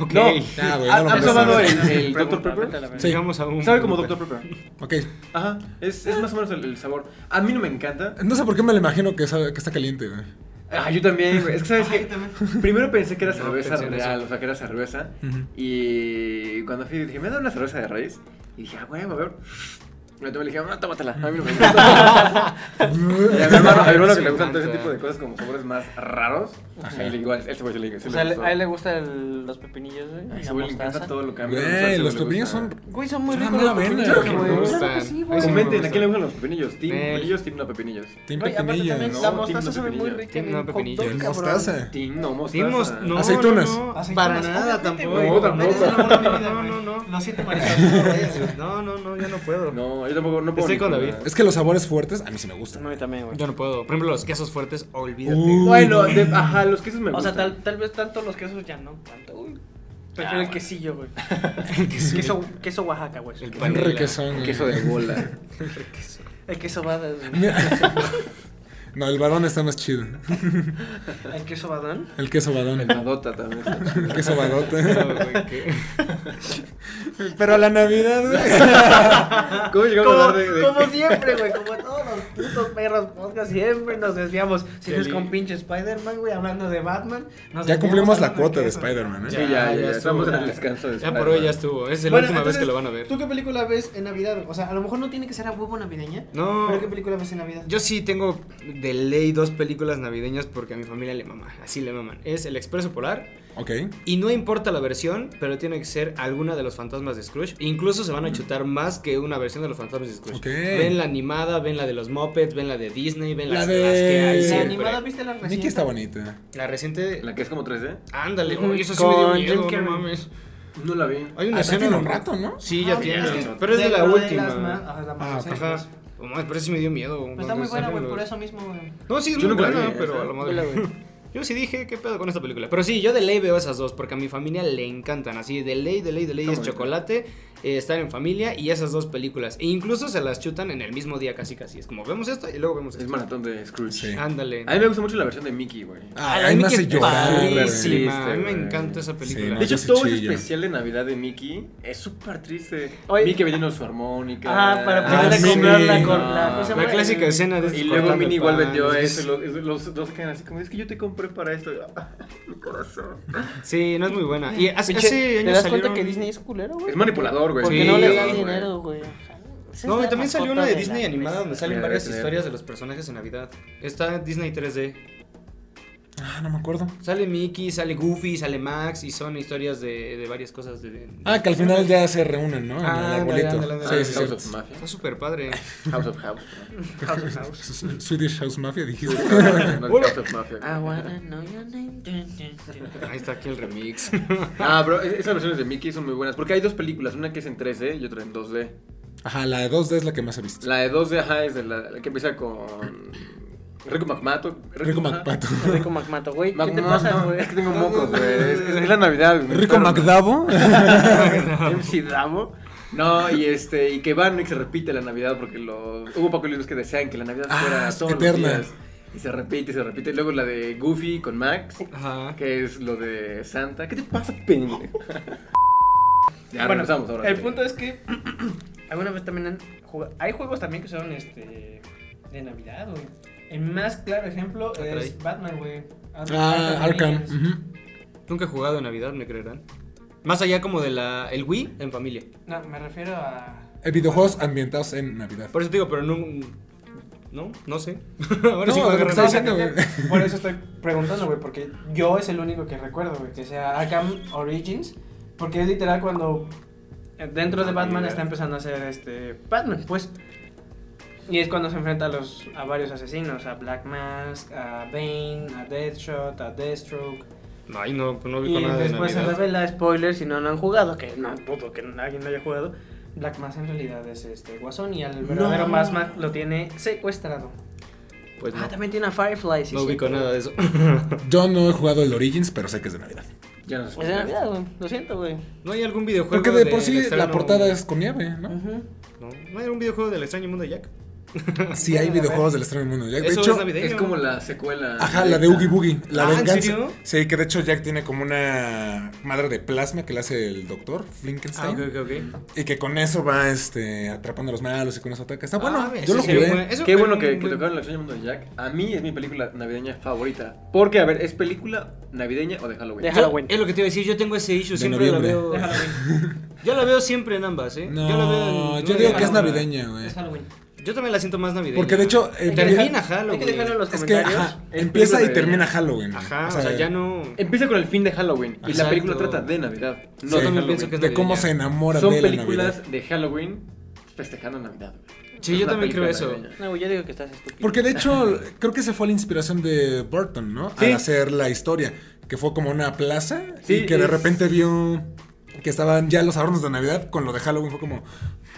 Ok. No. Ah, güey, no ¿Has- lo ¿Has puedes tomado saber. el, el Pregunta, Dr. Pepper? vete a la verga. Sí. Llegamos a un. Sabe como Dr. Pepper. Ok. Ajá. Es, es más o menos el, el sabor. A mí no me encanta. No sé por qué me lo imagino que, sabe- que está caliente, güey. (laughs) Ah, yo también, güey. Es que sabes Ay, que. también. Primero pensé que era No, cerveza pensé en real, eso. o sea, que era cerveza. Ujú. Y cuando fui, dije, ¿me da una cerveza de raíz? Y dije, ah, güey, a ver. Me la tomé y le dije, no, tómatela. A mí no me (laughs) encanta. y a mi hermano, a mi hermano que le gustan todo ese tipo de cosas como sabores más raros. Ahí le igual, él se puede le O sea, a él le gustan los pepinillos, güey. Ay, y la ese güey Ah, le encanta mostaza. todo lo que a mí me gusta, Güey, ese los güey le pepinillos gusta. son. Güey, son muy Ah, ricos no la los venden. pepinillos, Claro que me güey. gustan. Claro que sí, güey. Ay, sí me Comenten, ¿a gusta. quién le gustan los pepinillos? ¿Team Nel. pepinillos, team no pepinillos? Team Güey, aparte pepinillo, también ¿no? la No, mostaza tiene sabe muy pepinillo. rica Tiene en una hot pepinillo. dog, Team cabrón. mostaza. Team no, mostaza. Dimos, no, Aceitunas. no, no, Aceitunas, para nada obviamente, tampoco. güey. No, tampoco. Ese es el amor de mi vida, No, güey. no, no. Lo siento, Marisol. (laughs) No, no, no, yo no puedo. No, yo tampoco, no puedo. Estoy ni con David. nada. Es que los sabores fuertes a mí sí me gustan. No, y también, güey. Yo no puedo. Por ejemplo, los quesos fuertes, olvídate. Uh. Bueno, de- ajá, los quesos me O gustan. sea, tal, tal vez tanto los quesos ya no, tanto. güey. Ah, Prefiero el quesillo, güey. El queso. Queso, queso Oaxaca, güey. El Un panela. requesón. güey. Queso de bola. El queso badán. (laughs) No, el varón está más chido. El queso badán. El queso badón. El Madota también. El queso badote. No, güey, qué- Pero a la Navidad, güey. ¿Cómo llegamos a Como, hablar de, de- como siempre, güey. Como todos los putos perros podcast, siempre nos desviamos. Si no es Qué con li- pinche Spider-Man, güey, hablando de Batman. nos Ya desviamos cumplimos la hablando cuota de queso. Spider-Man, Sí, ¿eh? (laughs) ya, ya, Ya, ya estamos en estuvo. el descanso de Ya por hoy ya Spider-Man. estuvo. Es la Bueno, última vez entonces, que lo van a ver. ¿Tú qué película ves en Navidad? O sea, a lo mejor no tiene que ser a huevo navideña. No. Pero ¿qué película ves en Navidad? Yo sí tengo de ley dos películas navideñas porque a mi familia le mama, así le maman. Es El Expreso Polar Ok. y no importa la versión, pero tiene que ser alguna de los fantasmas de Scrooge. Incluso se van a chutar más que una versión de los fantasmas de Scrooge. Ok. Ven la animada, ven la de los Muppets, ven la de Disney, ven La las, de- las que hay La ¿La siempre. animada viste la reciente? Mickey está bonita. La reciente... La que es como 3D. Ándale, Ujú. oye, eso sí me dio Con miedo, Jim no Carrey. mames. No la vi. Hay una Ah, ya escena... tiene un donde- rato, ¿no? Sí, ya Ah, tiene. es que pero es de la de última. las más- ajá, la más Ah, reciente. Ajá. Oh, man, pero eso sí me dio miedo. Pero cuando Pues Está muy buena, salen güey, por los- eso mismo, güey. No, sí, es Yo muy nunca la buena, vi, pero esa. a la Yo la madre. vi. (laughs) Yo sí dije, ¿qué pedo con esta película? Pero sí, yo de ley veo esas dos, porque a mi familia le encantan. Así, de ley, de ley, de ley Está es bonito. chocolate, eh, estar en familia y esas dos películas. E incluso se las chutan en el mismo día, casi casi. Es como, vemos esto y luego vemos Es esto. maratón de Scrooge. Sí. Ándale. A mí me gusta mucho la versión de Mickey, güey. Ah, la ahí me Mickey hace es llorar. güey. padrísima, güey. A mí me encanta esa Sí, película. no, De hecho, yo sí todo el chillo. especial de Navidad de Mickey es súper triste. Oye. Mickey vendiendo su armónica. Ah, Ajá, Ah, para Ah, ponerle poderle sí. comprar la No. cor- la- ¿cómo se llama? la clásica El- escena de Y estos luego cortando Minnie igual pan. vendió eso. y lo- y los dos quedan así como: Es que yo te compré para esto. Y yo, "Ah, Mi corazón. Sí, no es muy buena. Y hace, Pinche, hace ¿Te años das cuenta salieron- que Disney es culero, güey? Es manipulador, güey. Porque Sí, no le güey. dan dinero, güey. O sea, esa No, es y la también salió mascota una de la Disney animada donde empresa. salen Mira, varias voy a tener. historias de los personajes en Navidad. Está Disney 3D. Ah, no me acuerdo. Sale Mickey, sale Goofy, sale Max y son historias de, de varias cosas. De, de- Ah, que al final ya se reúnen, ¿no? En Ah, el arbolito. ándale, ándale, Sí, ándale. sí, House sí. of Mafia. Está súper padre. House of House. House of House. S- Swedish House Mafia, dijiste. (laughs) ¿no? No es House of Mafia. Ah, I wanna know your name. Dun, dun, dun. Ahí está aquí el remix. Ah, pero es- esas versiones de Mickey son muy buenas. Porque hay dos películas, una que es en 3D y otra en 2D. Ajá, la de 2D es la que más he visto. La de 2D, ajá, es de la, la que empieza con. Rico McMato. Rico (laughs) McPato. Rico McMato, güey. ¿Qué te McMato. pasa, güey? Es que tengo mocos, güey. Es, es- es la Navidad. güey. Rico Pero- McDavo. (laughs) Ah, (laughs) MC Davo. No, y este, y que van y que se repite la Navidad porque lo, hubo pocos libros que desean que la Navidad Ah, fuera todos eterna. los días. Y se repite, y se repite. Luego la de Goofy con Max, Ajá. que es lo de Santa. ¿Qué te pasa, (laughs) pendejo? ya Bueno, regresamos ahora. El sí. punto es que (clears throat) alguna vez también han jugado- hay juegos también que son este de Navidad, güey. El más claro ejemplo Ah, caray. es Batman, güey. Ah, Arkham. Origins. ujú. Nunca he jugado en Navidad, me creerán. Más allá como de la el Wii en familia. No, me refiero a Eh, Videojuegos ambientados en Navidad. Por eso te digo, pero no. No, no sé. (laughs) Ahora sí No, lo me que agarran. estaba diciendo, güey. Por eso estoy preguntando, güey, porque yo es el único que recuerdo, güey, que sea Arkham Origins, porque es literal cuando dentro de Batman está empezando a ser este Batman, pues. Y es cuando se enfrenta a, los, a varios asesinos, a Black Mask, a Bane, a Deathshot, a Deathstroke. Ay, no, no vi Y con nada de después se Navidad. revela, spoiler, si no lo han jugado, que no dudo que alguien lo haya jugado, Black Mass en realidad es este Guasón y al verdadero No. Batman lo tiene secuestrado. Pues no, Ah, también tiene a Firefly, sí, no sí. ubico nada de eso. (laughs) Yo no he jugado el Origins, pero sé que es de Navidad. Ya no Es de Navidad, güey. Lo siento, güey. ¿No hay algún videojuego Porque de por sí del la extraño- portada es con nieve, ¿no? Ujú. ¿No? ¿No hay un videojuego del extraño mundo de Jack? Sí, hay Bueno, videojuegos del extraño mundo. Jack. De Eso hecho, es navideño. Es como la secuela. Ajá, la de Oogie Boogie, la Ah, ¿en venganza. serio? Sí, que de hecho Jack tiene como una madre de plasma que le hace el doctor Frankenstein Ah, ok, ok, ok. y que con eso va este atrapando a los malos y con eso ataca. Está Ah, bueno, ese yo lo sí sería jugué. buen- eso Qué fue bueno un que, que buen- tocaron la extraña mundo de Jack. A mí es mi película navideña favorita. Porque, a ver, ¿es película navideña o de Halloween? De Yo- Halloween. es lo que te iba a decir, yo tengo ese issue, De siempre la noviembre. veo. De Halloween. (laughs) Yo la veo siempre en ambas, ¿eh? No, yo yo, la veo en- no digo la que es veo en- navideña, güey. Es Halloween. Yo también la siento más navideña. Porque de hecho eh, que termina Hay Halloween. que dejarlo en los es que comentarios. ajá, es empieza y película termina navideña. Halloween. Ajá, o sea, ya no. Empieza con el fin de Halloween y la Exacto. película trata de Navidad. No Sí. de Yo también Halloween. pienso que es de cómo navideña. se enamora Son de la Navidad. películas de Halloween festejando Navidad. güey. Sí, Es yo una también creo película eso. navideña. No, güey, yo digo que estás estúpido. Porque de hecho, creo que se fue la inspiración de Burton, ¿no? Sí. Al hacer la historia, que fue como una plaza Sí, y que de es- repente vio que estaban ya los adornos de Navidad con lo de Halloween, fue como,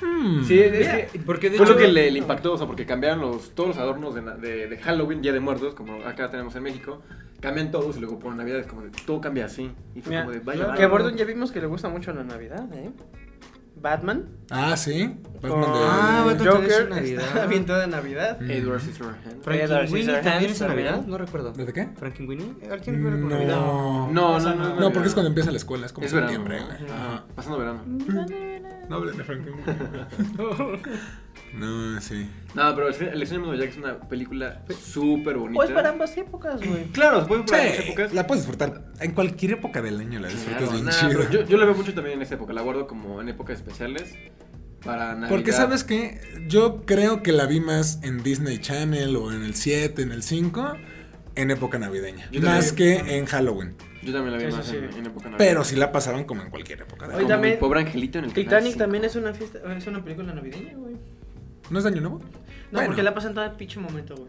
hmm, Sí, es que Porque de fue hecho. lo que le, le impactó, o sea, porque cambiaron los, todos los adornos de, na- de- de Halloween, Día de Muertos, como acá tenemos en México, cambian todos y luego por Navidad es como de, todo cambia así. Y fue Mira, como de, vaya. que a bárbaro. Borden ya vimos que le gusta mucho la Navidad, ¿eh? Batman. ah, sí, Batman con de- Ah, Batman también es Joker. Navidad. Está (laughs) ambientada en Navidad. Edward Scissorhands. Edward Frankenweenie Scissorhands también es en también. Navidad, no recuerdo. ¿de qué? ¿Frankenweenie? ¿Tiene que ver con Navidad? Ah, No. Ah, No, no, no. No, porque es cuando empieza la escuela, es como Es verano. septiembre. ¿no? güey. Ajá, Pasando verano. No hablen de Frank. (laughs) No, sí. No, pero El Extraño- El Extraño Mundo de Jack es una película súper bonita. Pues para ambas épocas, güey. Claro, se puede Sí, para ambas épocas. la puedes disfrutar en cualquier época del año, la disfrutas Claro, bien nah, chido. pero Yo, yo la veo mucho también en esta época, la guardo como en épocas especiales para Navidad. Porque sabes que yo creo que la vi más en Disney Channel o en el 7, en el 5, en época navideña. Yo Más también. que en Halloween. Yo también la vi Sí, más sí, En, sí. en época navideña. Pero sí la pasaron como en cualquier época. del Oye, año. Como también- mi pobre angelito en el canal Titanic cinco. también es una fiesta, es una película navideña, güey. No, ¿No es de año nuevo? Bueno, porque la pasan todo el pinche momento, güey.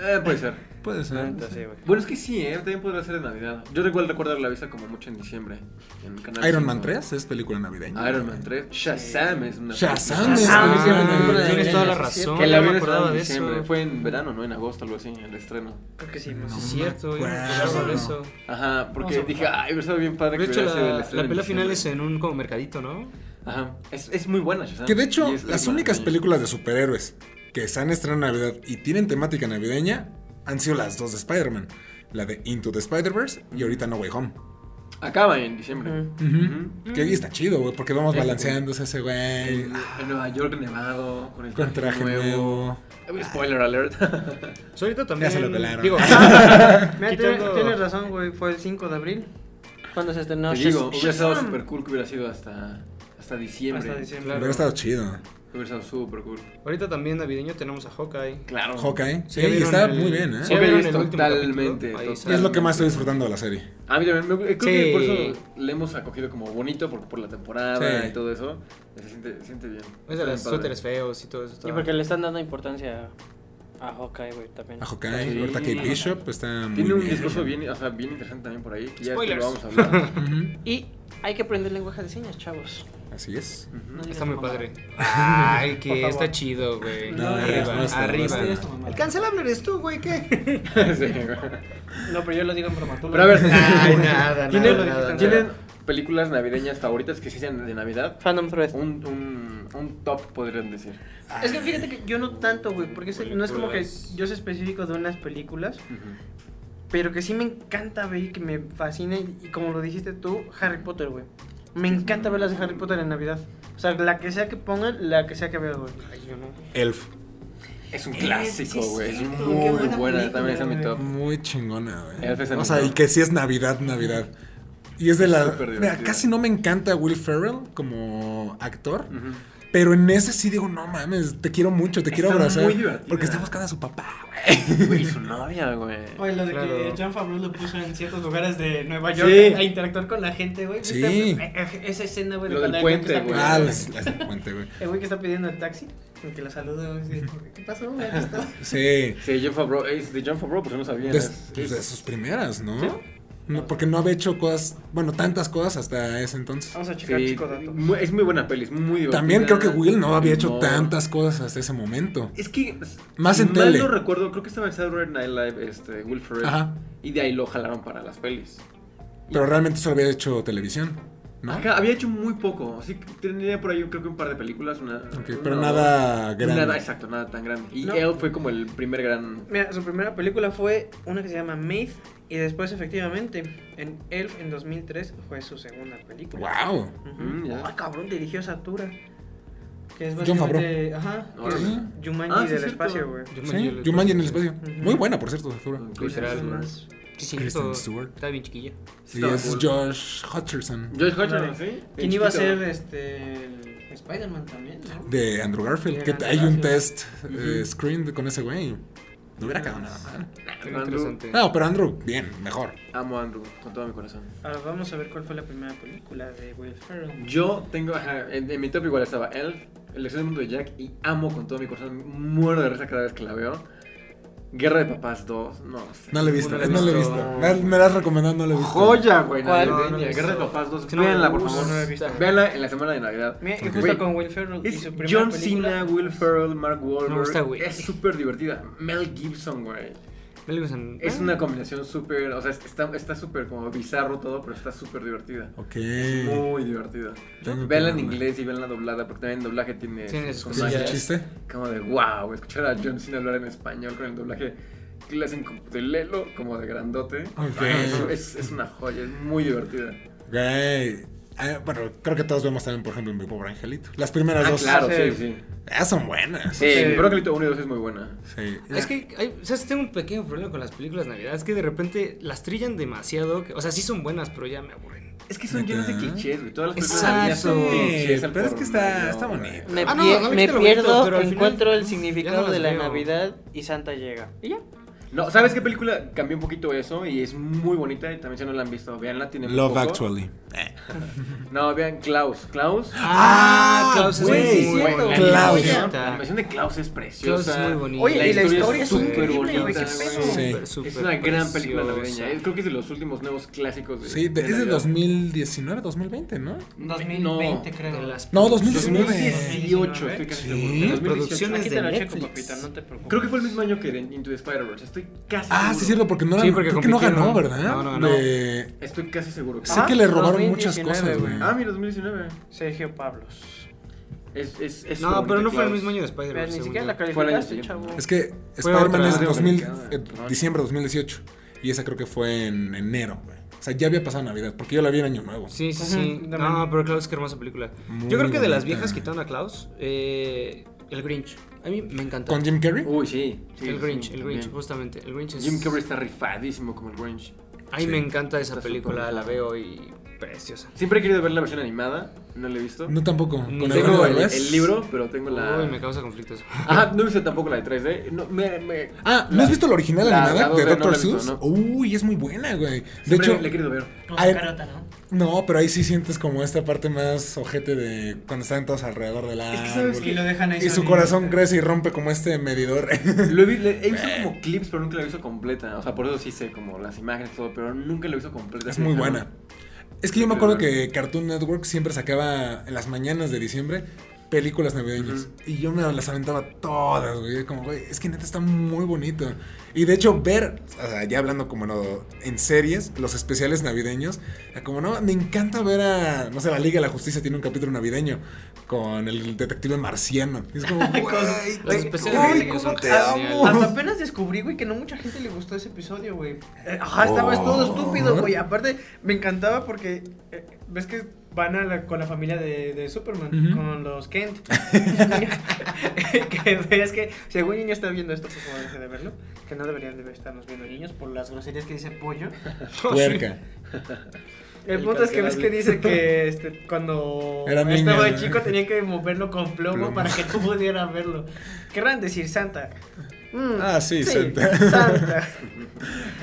Eh, puede ser. Puede ser. güey. Bueno, es que sí, ¿eh? también podría ser de Navidad. Yo recuerdo recordar la vista como mucho en diciembre. En canal Iron cinco. Man 3 es película navideña. Iron Man 3. Shazam es una. Shazam es Shazam película es una navideña. película Tienes navideña. toda la Sí, es razón. Que la no vi me en acordaba de diciembre. eso. Fue en verano, ¿no? En agosto, algo así, el estreno. Creo que sí, Sí, más. Es cierto, yo no me Bueno. acordaba de eso. Ajá, Vamos a porque buscar. dije, ay, hubiera estado bien padre De que hecho, hubiera sido el la, estreno. la en pelea final es diciembre. en un como mercadito, ¿no? Ajá. Es, es muy buena, Shazam. Que de hecho, Y las es película únicas navideña. películas de superhéroes que se han estrenado en Navidad y tienen temática navideña han sido las dos de Spider-Man. La de Into the Spider-Verse y ahorita No Way Home. Acaba en diciembre. Ujú. Ujú. Ujú. Que está chido, güey, porque vamos Sí, güey. balanceándose ese güey. ah, En, en Nueva York nevado, con el Con traje nuevo. Eh, Spoiler alert. So, ahorita también. se lo pelaron. (laughs) Digo, (laughs) Mira, Quitando- tiene- tienes razón, güey. Fue el 5 de abril. Cuando se estrenó (laughs) Te digo, Shaz- hubiera estado Shazam. super cool que hubiera sido hasta, hasta diciembre. Hasta diciembre. Hubiera claro. estado chido. Hubiera estado super cool. Ahorita también navideño tenemos a Hawkeye. Claro. Hawkeye. Sí, Sí, ya vieron está el- muy bien, ¿eh? sí, ya Ok, vieron es el último totalmente, capítulo. Ahí total- Y sale. es lo que más estoy disfrutando de la serie. A mí también, me, creo que por Sí. eso le hemos acogido como bonito, porque por la temporada Sí. y todo eso, se siente, se siente bien. Es de Está bien los padre. suéteres feos y todo eso. está- Y porque le están dando importancia a Hawkeye, güey, también. A Hawkeye, Sí. ahorita Kate Bishop está muy Tiene un bien. discurso bien, o sea, bien interesante también por ahí, que ya después Spoilers. lo vamos a (laughs) hablar. Ujú, Y hay que aprender lenguaje de señas, chavos. Así es. Ujú. No digas Está muy mamada. padre. (laughs) Ay, Por que favor. está chido, güey. No, arriba, este, no está, no arriba. está. El cancelable eres tú, güey, (laughs) ¿qué? (laughs) Sí, güey. No, pero yo lo digo en broma. tú lo Pero a ver, dices. Ay, nada, ¿tienen, nada, nada, ¿tienen nada. películas navideñas favoritas que sí sean de Navidad? Fandom Thread. Un, un, un top podrían decir. Es que fíjate que yo no tanto, güey, porque es- no es como que yo sea específico de unas películas, pero que sí me encanta ver y que me fascina, y como lo dijiste tú, Harry Potter, güey. Me encanta ver las de Harry Potter en Navidad. O sea, la que sea que pongan, la que sea que veo, güey. Ay, yo no. Elf. Es un Eh, sí clásico, es güey. es cierto, muy qué buena. buena película, También está en mi güey. top. Muy chingona, güey. Elf es el O sea, mejor. y que sí es Navidad, Navidad. Y es de la. Súper Mira, divertida. Mm. casi no me encanta Will Ferrell como actor. Ujú. Pero en ese sí digo, no mames, te quiero mucho, te quiero Está abrazar. muy divertida. porque está buscando a su papá, güey. Güey, su novia, güey. Oye, lo de que Claro. John Favreau lo puso en ciertos lugares de Nueva York Sí. a interactuar con la gente, güey. ¿Viste? Sí. Eh, eh, Esa escena, güey, de Lo cuando del el güey que puente, está güey. Ah, pidiendo- las, las del puente, güey. El güey que está pidiendo el taxi, el que la saluda, güey, así de, ¿qué pasó? güey? Aquí está. Sí. Sí, John Favreau, es de John Favreau, porque no sabía. De, es- pues, de sus primeras, ¿no? ¿Sí? No, Porque no había hecho cosas, bueno, tantas cosas hasta ese entonces. (laughs) Ah, Vamos a checar, Sí, chico dato. mu- es muy buena peli, es muy divertida. También creo que Will no había hecho No. tantas cosas hasta ese momento. Es que. Más si en mal tele. no recuerdo, creo que estaba en Saturday Night Live, este, Will Ferrell. Ajá. Y de ahí lo jalaron para las pelis. Pero realmente solo había hecho televisión, ¿no? Acá había hecho muy poco. Así que tenía por ahí, yo creo que un par de películas. Una, Ok, una pero o- nada grande. Nada, exacto, nada tan grande. Y No. él fue como el primer gran. Mira, su primera película fue una que se llama Maid y después efectivamente en Elf en 2003 fue su segunda película. ¡Wow! Ujú. Mm, ya. Ah, cabrón, dirigió Satura. Que es John Favreau. básicamente, ajá, que es Órale. Jumanji Ah, sí, es del cierto. espacio, güey. Yo Sí, Jumanji en el espacio. Ujú. Muy buena, por cierto, Sakura. Literal, Esas ¿no? más- Sí, Kristen siento- Stewart. Está bien chiquilla. Sí, Y estaba es cool. Josh Hutcherson Josh Hutcherson, Ándale. ¿sí? El ¿Quién iba a chiquito. ser este el Spider-Man también, no? de Andrew Garfield. De Que Andrew hay un Garfield. test Ujú. Ah, eh, screen de- con ese güey. No hubiera quedado nada mal. Andrew. Interesante. No, pero Andrew, bien, mejor. Amo a Andrew con todo mi corazón. Ahora Ah, vamos a ver cuál fue la primera película de Will Ferrell. Yo tengo, ajá, en, en mi top igual estaba Elf, El extraño mundo de Jack y amo con todo mi corazón, muero de risa cada vez que la veo. Guerra de Papás 2, no sé. No lo he visto, No lo he no lo he visto. visto. Me, me la has recomendado, no lo he visto. Joya, güey, ¿Cuál? navideña. No, no la he visto. Guerra de Papás 2, Es que no me véanla, por gusta. favor. No la he visto. Véanla en la semana de Navidad. Mira, y Ok. justo con Will Ferrell y Es su primera John película. Cena, Will Ferrell, Mark Me gusta, Wahlberg. güey. es súper divertida. Mel Gibson, güey. Mel Gibson. Es Ah. una combinación súper, o sea, está está súper como bizarro todo, pero está súper divertida. Ok. Muy divertida. Tengo que Véanla en verla. inglés y véanla doblada, porque también el doblaje tiene. Tiene sus sus ¿Sí, cosillas. cosillas. chiste? Como de wow, escuchar a John Cena hablar en español con el doblaje que le hacen como de lelo, como de grandote. Ah, Ok. Es- Es, es una joya, es muy divertida. Güey. Ah, bueno, creo que todos vemos también, por ejemplo, en Mi Pobre Angelito. Las primeras Ah, dos. claro, sí, Sí. sí. Eh, Ah, son buenas. Sí, Sí. Brocolito 1 y 2 es muy buena. Sí. Es que, hay, ¿sabes? Tengo un pequeño problema con las películas de Navidad. Es que de repente las trillan demasiado. que- o sea, sí son buenas, pero ya me aburren. Es que son Neta. llenas de clichés, güey. Todas las películas Exacto. de Navidad son clichés. Sí, al pero es por que está, mayor, está güey. bonito. Me, Ah, no, pier- no viste me lo bonito, pierdo, pero al final, encuentro el mm, significado ya no de las la veo. Navidad y Santa llega. Y ya. No, ¿sabes qué película cambió un poquito eso? Y es muy bonita y también si no la han visto, veanla, tiene muy Love poco. Actually. Eh, No, vean Klaus. Klaus. Ah, Klaus güey, es muy Bueno, buena. la Klaus. animación- La Klaus. animación de Klaus es Klaus preciosa. es muy bonita. Oye, y la historia es es súper increíble, güey, bonita. qué pedo. güey. Sí. Súper, súper Es una gran película preciosa. navideña. Es- Creo que es de los últimos nuevos clásicos. De, Sí, de- es de Navidad. 2019, 2020, ¿no? No, 2020, creo. De las- No, 2019. 2018, estoy casi Sí. seguro. De 2018. Producciones Aquí de te lo checo, Netflix. papita, no te preocupes. Creo que fue el mismo año que de Into the Spider-Verse. Estoy casi Ah, seguro. sí, es cierto, porque no, Sí, era- porque creo que no ganó, compitieron. ¿verdad? No, no ganó. De- Estoy casi seguro. que- Sé Ajá, que le robaron 2019, muchas cosas, güey. güey. Ah, mira, 2019. Sergio Pablos. Es, es, es súper No, pero bonita, no fue el Klaus. mismo año de Spider-Man. Pero ni siquiera la Fue el año calificaste, siguiente. chavo. Es que Fue Spider-Man otra. es 2000, Americana. eh, diciembre de 2018. Y esa creo que fue en enero, güey. O sea, ya había pasado Navidad, porque yo la vi en Año Nuevo. Sí, sí, Ujú, sí. también. No, pero Klaus, qué hermosa película. Muy Yo creo que de las bonita. viejas quitando a Klaus, eh, el Grinch. A mí me encanta. ¿Con Jim Carrey? Uy, sí. sí, el sí, Grinch, el también. Grinch, justamente. El Grinch es. Jim Carrey está rifadísimo como el Grinch. A mí Sí. me encanta esa Está película, súper la bien. veo y preciosa. Siempre he querido ver la versión animada, no la he visto. No, tampoco. Ni ¿Con tengo Eugenio tengo Mm, el, Derbez? el libro, pero tengo la. Uy, me causa conflictos. (laughs) Ah, no he visto tampoco la de 3D. No, me, me... Ah, ¿no has visto la original la- la animada dos de de no Dr. la he visto, Seuss? no. Uy, es muy buena, güey. De Siempre hecho, la he (laughs) querido ver. Con Ay. su carota, ¿no? no, pero ahí sí sientes como esta parte más ojete de cuando están todos alrededor del Es árbol. que sabes que lo dejan Ah, y su corazón crece y rompe como este medidor. (laughs) Lo he, vi- le- he visto como clips, pero nunca la he visto completa. O sea, por eso sí sé como las imágenes y todo, pero nunca la he visto completa. Es muy Ajá. buena. Es que yo me acuerdo que Cartoon Network siempre sacaba en las mañanas de diciembre películas navideñas. Y yo me las aventaba todas, güey. Como, güey, es que neta está muy bonito. Y de hecho, ver, o sea, ya hablando como no, en series, los especiales navideños, era como no, me encanta ver a, no sé, la Liga de la Justicia tiene un capítulo navideño con el detective marciano. Y es (laughs) como, güey, Los te- especiales güey, navideños ¿cómo son te geniales. amo? Hasta apenas descubrí, güey, que no mucha gente le gustó ese episodio, güey. Eh, Ajá, estabas Oh. todo estúpido, güey. Aparte, me encantaba porque eh, ves que van a la- con la familia de, de Superman, Ujú. con los Kent. (laughs) que veas que, si algún niño está viendo esto, por favor, deje de verlo. (laughs) Que no deberían de estarnos viendo niños por las groserías que dice pollo. Puerca. El, El punto es que ves que cancelable. dice (laughs) que este, cuando Era niña, estaba ¿no? chico tenía que moverlo con plomo, Plomo. para (laughs) que tú pudieras verlo. Querrán decir Santa. Mm, Ah, sí, Santa. (laughs) Santa.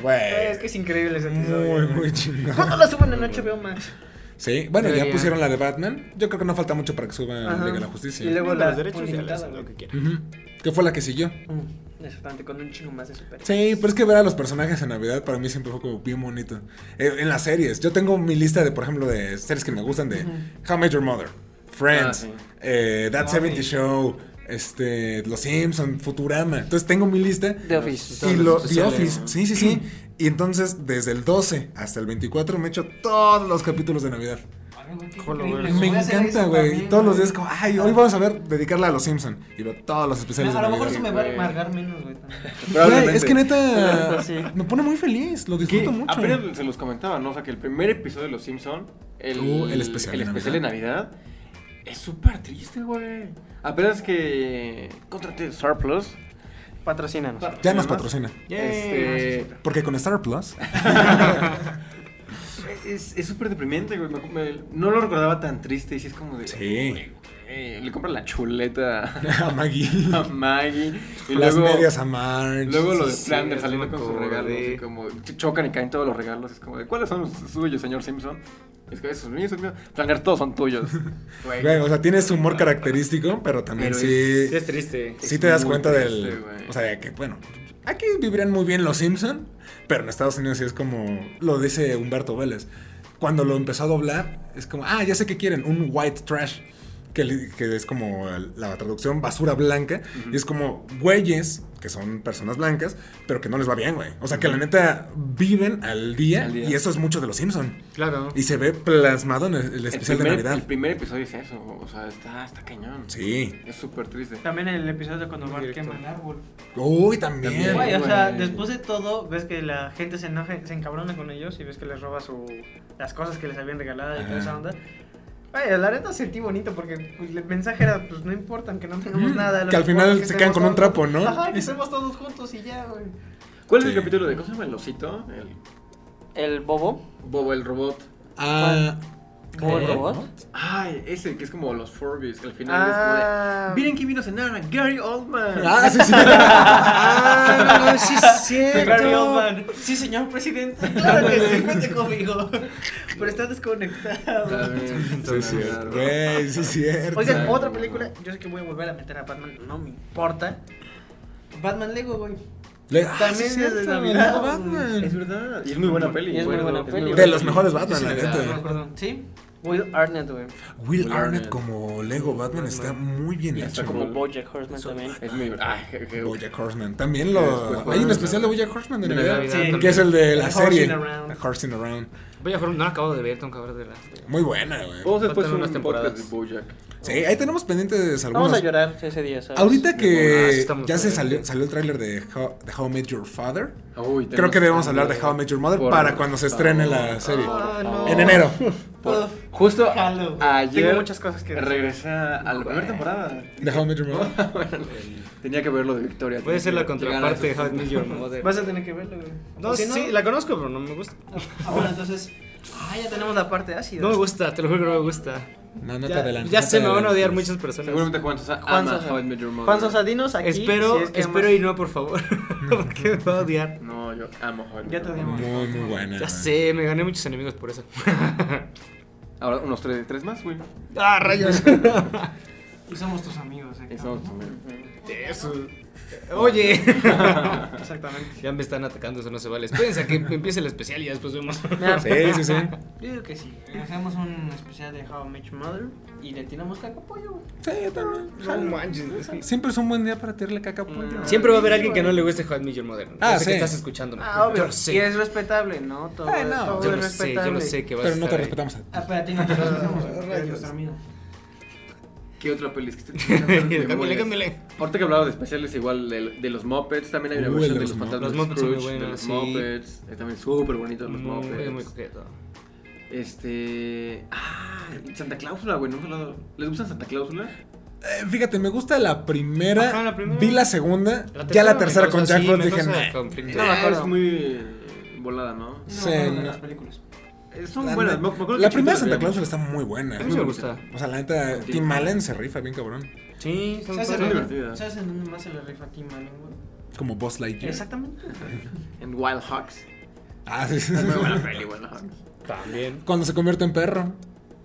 Güey. Eh, es que es increíble ese Muy, episodio. muy chingón. ¿Cuándo lo suben en HBO Max? Sí, bueno, ya Debería. pusieron la de Batman. Yo creo que no falta mucho para que suba Ajá. Liga Ah, de la Justicia. Y luego Luego la los derechos ya le publicitada, hacen lo güey. que quieran. Ujú. ¿Qué fue la que siguió? Mm, Exactamente, con un chingo más de super. Sí, pero es que ver a los personajes en Navidad para mí siempre fue como bien bonito. Eh, en las series, yo tengo mi lista de, por ejemplo, de series que me gustan de How I Met Your Mother, Friends, Ah, sí. eh, That The 70 Office. Show, este, Los Simpson, Futurama. Entonces tengo mi lista. The Office. Y Todos lo, los The especiales, Office, ¿no? sí, sí, sí. Y entonces, desde el 12 hasta el 24 me echo todos los capítulos de Navidad. Ay, güey, qué Jolo, increíble. güey. Me Voy a hacer encanta, eso güey. también, Todos los güey. días como, ay, hoy vamos a ver, dedicarla a los Simpson. Y veo todos los especiales A de lo mejor Navidad. eso me va a amargar menos, güey. también. Güey, es que neta, (laughs) Probablemente. Sí. me pone muy feliz, lo disfruto mucho. Apenas se los comentaba, ¿no? O sea, que el primer episodio de Los Simpson, el, Uh, el especial el de especial de Navidad, es súper triste, güey. Apenas que contraté Star Plus. Patrocínanos. Ya nos patrocina. Este, Porque con Star Plus. (laughs) es es súper deprimente, güey. Me- me- no lo recordaba tan triste y sí es como de... Sí. "Güey, güey, le compra la chuleta (laughs) A Maggie. a Maggie. Ah, Y Las luego, medias a Marge. Luego lo de Sí, Flanders sí, saliendo me con sus acordé. regalos y como ch- chocan y caen todos los regalos. Es como de, ¿cuáles son los suyos, señor Simpson? Es que esos míos, esos míos. Flanders, todos son (laughs) tuyos. Güey. Güey, o sea, tiene su humor característico, pero también Pero sí. Sí, es triste. sí es te das muy cuenta triste, del. güey. O sea, de que bueno. Aquí vivirían muy bien los Simpson, pero en Estados Unidos sí es como. Lo dice Humberto Vélez. Cuando lo empezó a doblar, es como, ah, ya sé qué quieren, un white trash. Que, le- que es como la traducción basura blanca. Y es como güeyes, que son personas blancas, pero que no les va bien, güey. O sea, que la neta viven al día, Al día. y eso es mucho de los Simpson. Claro. Y se ve plasmado en el, el El especial primer, de Navidad. el primer episodio es eso. O sea, está, está cañón. Sí. Es súper triste. También el episodio cuando Bart Directo. quema el árbol. Uy, también. También. Güey, o sea, Güey. después de todo, ves que la gente se enoja, se encabrona con ellos y ves que les roba su, las cosas que les habían regalado y Ajá. toda esa onda. Güey, la neta sentí bonito porque pues, el mensaje era, pues no importa, que no (laughs) tengamos Mm, nada. lo que al final importa es se quedan estemos con un trapo, todos- ¿no? Ajá, que estemos todos juntos y ya, güey. ¿Cuál es el Sí. capítulo de, cómo se llama el osito? El El bobo. Bobo, el robot. Ah, Bobo el robot. Ay, ese que es como los Furbies, que al final es Ah, como de, Miren quién vino a cenar, Gary Oldman. ah, sí, (laughs) sí. Ah, no, no, sí es Gary cierto. Oldman. Sí, (laughs) señor presidente. Claro que sí, cuente conmigo. Pero está desconectado. También, Sí, es cierto. Güey, sí, es cierto. Oigan, Exacto. otra película. Yo sé que voy a volver a meter a Batman, no me importa. Batman Lego, güey. Le- ah, también sí es cierto, de Navidad, el Batman. Es verdad. Y es muy buena peli. Y es muy Bueno, buena peli. De los mejores Batman, Sí, la sí, No me neta. acuerdo. Sí. Will Arnett, güey. Will Will Arnett Arnett. como Lego Batman está muy bien Y hecho. hasta como Bojack Horseman también. Es muy Ay, qué- qué- Bojack Horseman. También Sí, después lo. fue Hay un Navidad. especial de Bojack Horseman de De Navidad. Navidad Sí, también. Que es el de la The serie. Horsing Around. The Horsing Around. Voy a jugar, no la acabo de ver, tengo que ver de la. Muy buena, güey. Vamos después Faltan a unas unas temporadas de temporadas. Bojack. Sí, ahí tenemos pendientes algunos. Vamos a llorar ese día, ¿sabes? Ahorita Ah, sí que estamos ya se bien. salió, salió el tráiler de How, de How I Met Your Father, Uy, creo tenemos- que debemos hablar de How I Met Your Mother Por para cuando se estrene favor. la serie. Ah, no. En enero. Por- Uf, Justo jalo, güey. ayer Tengo muchas cosas que decir. regresé a la primera temporada. De How I Met Your Mother. Tenía que ver lo de Victoria. Puede ser la contraparte de Llegar a How I esos- Met Your Mother. Vas a tener que verlo, güey. No, O si sí, la conozco, pero no me gusta. Ah, bueno, entonces. Ah, ya tenemos la parte ácida. No me gusta, te lo juro que no me gusta. No, no te Ya, adelantes. ya no te se me van a adelantes. odiar muchas personas. Seguramente Juan Sosa Juan ama Sosa. How I Met Your Mother. Juan Sosa, dinos aquí. espero, si es que espero amas- y no, por favor. (laughs) Porque me va a odiar. No, yo amo How I Met Ya Your te Mother. odiamos. Muy, muy buena. Ya sé, me gané muchos enemigos por eso. (laughs) Ahora unos tres, tres más, güey. ah, rayos. Y somos tus amigos, eh, Estamos cabrón. Eso. Oye. (laughs) Exactamente. ya me están atacando, eso no se vale. Espérense a que empiece el especial y ya después vemos. Sí, sí, sí. Yo digo que sí. Hacemos un especial de How I Met Your Mother y le tiramos caca pollo, güey. Sí, yo también. No manches. es que- Siempre es un buen día para tirarle caca a pollo. Mm, Siempre va a haber alguien que no le guste Hot Your Modern. Ah, sí. sé que estás escuchando. Ah, Yo obvio. lo sé. Y es respetable, ¿no? Todo, Ay, no. todo Yo es lo sé, yo respetable. lo sé que vas Pero a no te estar ahí. respetamos a ti. Ah, para ti no te lo respetamos. Rayos. Es nuestro amigo. ¿Qué otra peli es que (laughs) Cámbiale, cámbiale, te cámbiale. Ahorita que hablaba de especiales, igual de, de los Muppets, también hay una Uy, versión el de de los los fantasmas Muppets. de Los Muppets Scrooge, son muy de los buenos, sí. Muppets. Es también súper bonito los Muy, Muppets. muy coqueto. Este. Ah, Santa Clausula, güey. nunca lo- ¿Les gusta Santa Clausula? Eh, fíjate, me gusta la primera. Ajá, la primera. Vi la segunda. ya la tercera me con causa- Jack sí, Frost me dije, causa "Nah". conflicto. No, me acuerdo. Es muy eh, volada, ¿no? Eh, No, Sí, no, no, no. las películas. Son La buenas. ne- me- me acuerdo que la chiquito primera las Santa veíamos. Claus está muy buena. A mí sí me gusta. O sea, la neta, Sí. Tim Allen se rifa bien cabrón. Sí, está muy ¿Sabes en padre. divertido. dónde divertidas. ¿sabes en dónde más se le rifa a Tim Allen, güey? Como Boss Lightyear. Exactamente. En Wild Hawks. Ah, sí, sí, Es sí. muy buena peli, Wild Hawks. También. Cuando se convierte en perro.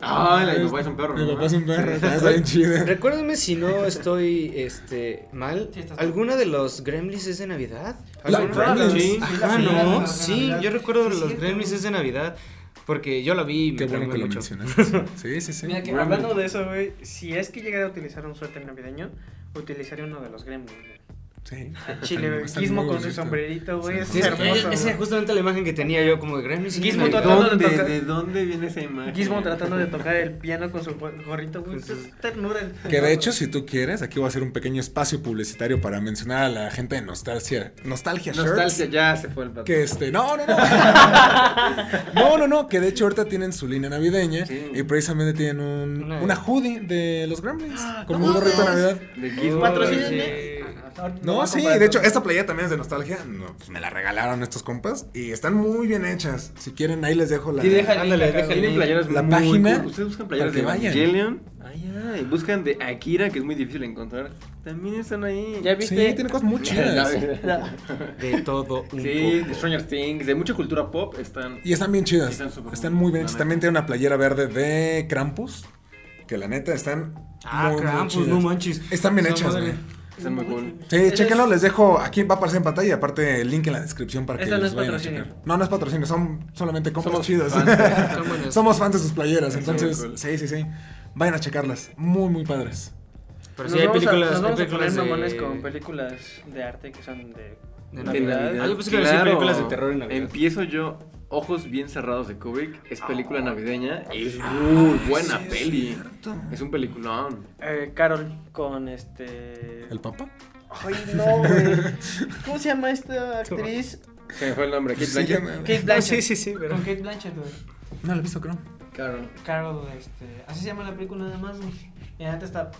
Ah, la de mi papá es un perro. Mi ¿no? papá es un perro. Ah, Está bien chida. Recuérdame si no estoy este, mal. Sí, estás mal. ¿Alguna de los Gremlins es de Navidad? La ¿Alguna? Gremlins. Sí. Sí, la Ajá, final de no. los Sí, Navidad. yo recuerdo Sí, los cierto. Gremlins es de Navidad. Porque yo la vi y me Qué bueno que traumé lo mucho. mencionaste. Sí, sí, sí. Mira que Gremlins. Hablando de eso, güey, si es que llegara a utilizar un suéter navideño, utilizaría uno de los Gremlins. güey. Sí. Chile, güey, Está Gizmo muy con su bonito. sombrerito, güey, es Sí, Sí, es- hermoso. esa es güey. justamente la imagen que tenía yo como de Gremlins. es de Gizmo ¿De Navidad. tratando de dónde, tocar- ¿De dónde viene esa Ah, imagen? Gizmo tratando de tocar el piano (laughs) con su gorrito, güey, Pues, es ternura. el- Que de hecho, si tú quieres, aquí voy a hacer un pequeño espacio publicitario para mencionar a la gente de Nostalgia. Nostalgia Shirts. Nostalgia, ya se fue el pato. Que este, no, no, no. (laughs) no, no, no. Que de hecho ahorita tienen su línea navideña. Sí. Y precisamente tienen un, Una- una hoodie de los Gremlins. Ah, Con no un gorrito de mames. Navidad. De Gizmo. Patrocínenme. No, sí, de hecho, esta playera también es de nostalgia. No, pues me la regalaron estos compas y están muy bien hechas. Si quieren, ahí les dejo la. Y deja- Ándale, Tiene déjenme. Tienen playeras La muy página cool. Ustedes buscan playeras para de que vayan. Evangelion. Ah, ya. Y buscan de Akira, que es muy difícil encontrar. También están ahí. ¿Ya Sí, viste? tiene cosas muy La- chidas. De todo (laughs) un Sí, poco. de Stranger Things, de mucha cultura pop están. Y están bien chidas. Están súper Están cool, muy bien la hechas. neta. También tiene una playera verde de Krampus. Que la neta están. Ah, muy, muy Krampus, chidas. no manches. Están bien Esa hechas, madre. güey. Están muy cool. Sí, chéquenlo, les dejo, aquí va a aparecer en pantalla y aparte el link en la descripción para que Esta no los es vayan a patrocinio. checar. No, no es patrocinio, son solamente compras chidas. (laughs) fans. Están buenas. Somos fans de sus playeras, Está muy entonces, cool. sí, sí, sí. Vayan a checarlas, muy, muy padres. Pero Nos sí, hay vamos a- nos películas, hay vamos a poner películas mamones de... con películas de arte que son de, de De Navidad. Ah, yo pensé que iba a decir Claro. películas de terror en Navidad. Empiezo yo. Ojos bien cerrados de Kubrick. Es Ah. película navideña. Es muy buena peli. Es un peliculón. Eh, Carol con este ¿El Papa? Ay, no, güey. (laughs) ¿Cómo se llama esta actriz? Se me fue el nombre. Kate Sí, Blanchett. ya me- Kate No, Blanchett. Ah, sí, sí, sí, pero... Con Kate Blanchett, güey. No lo he visto, creo. Carol. Carol, este. Así se llama la película nada más, güey. Y antes está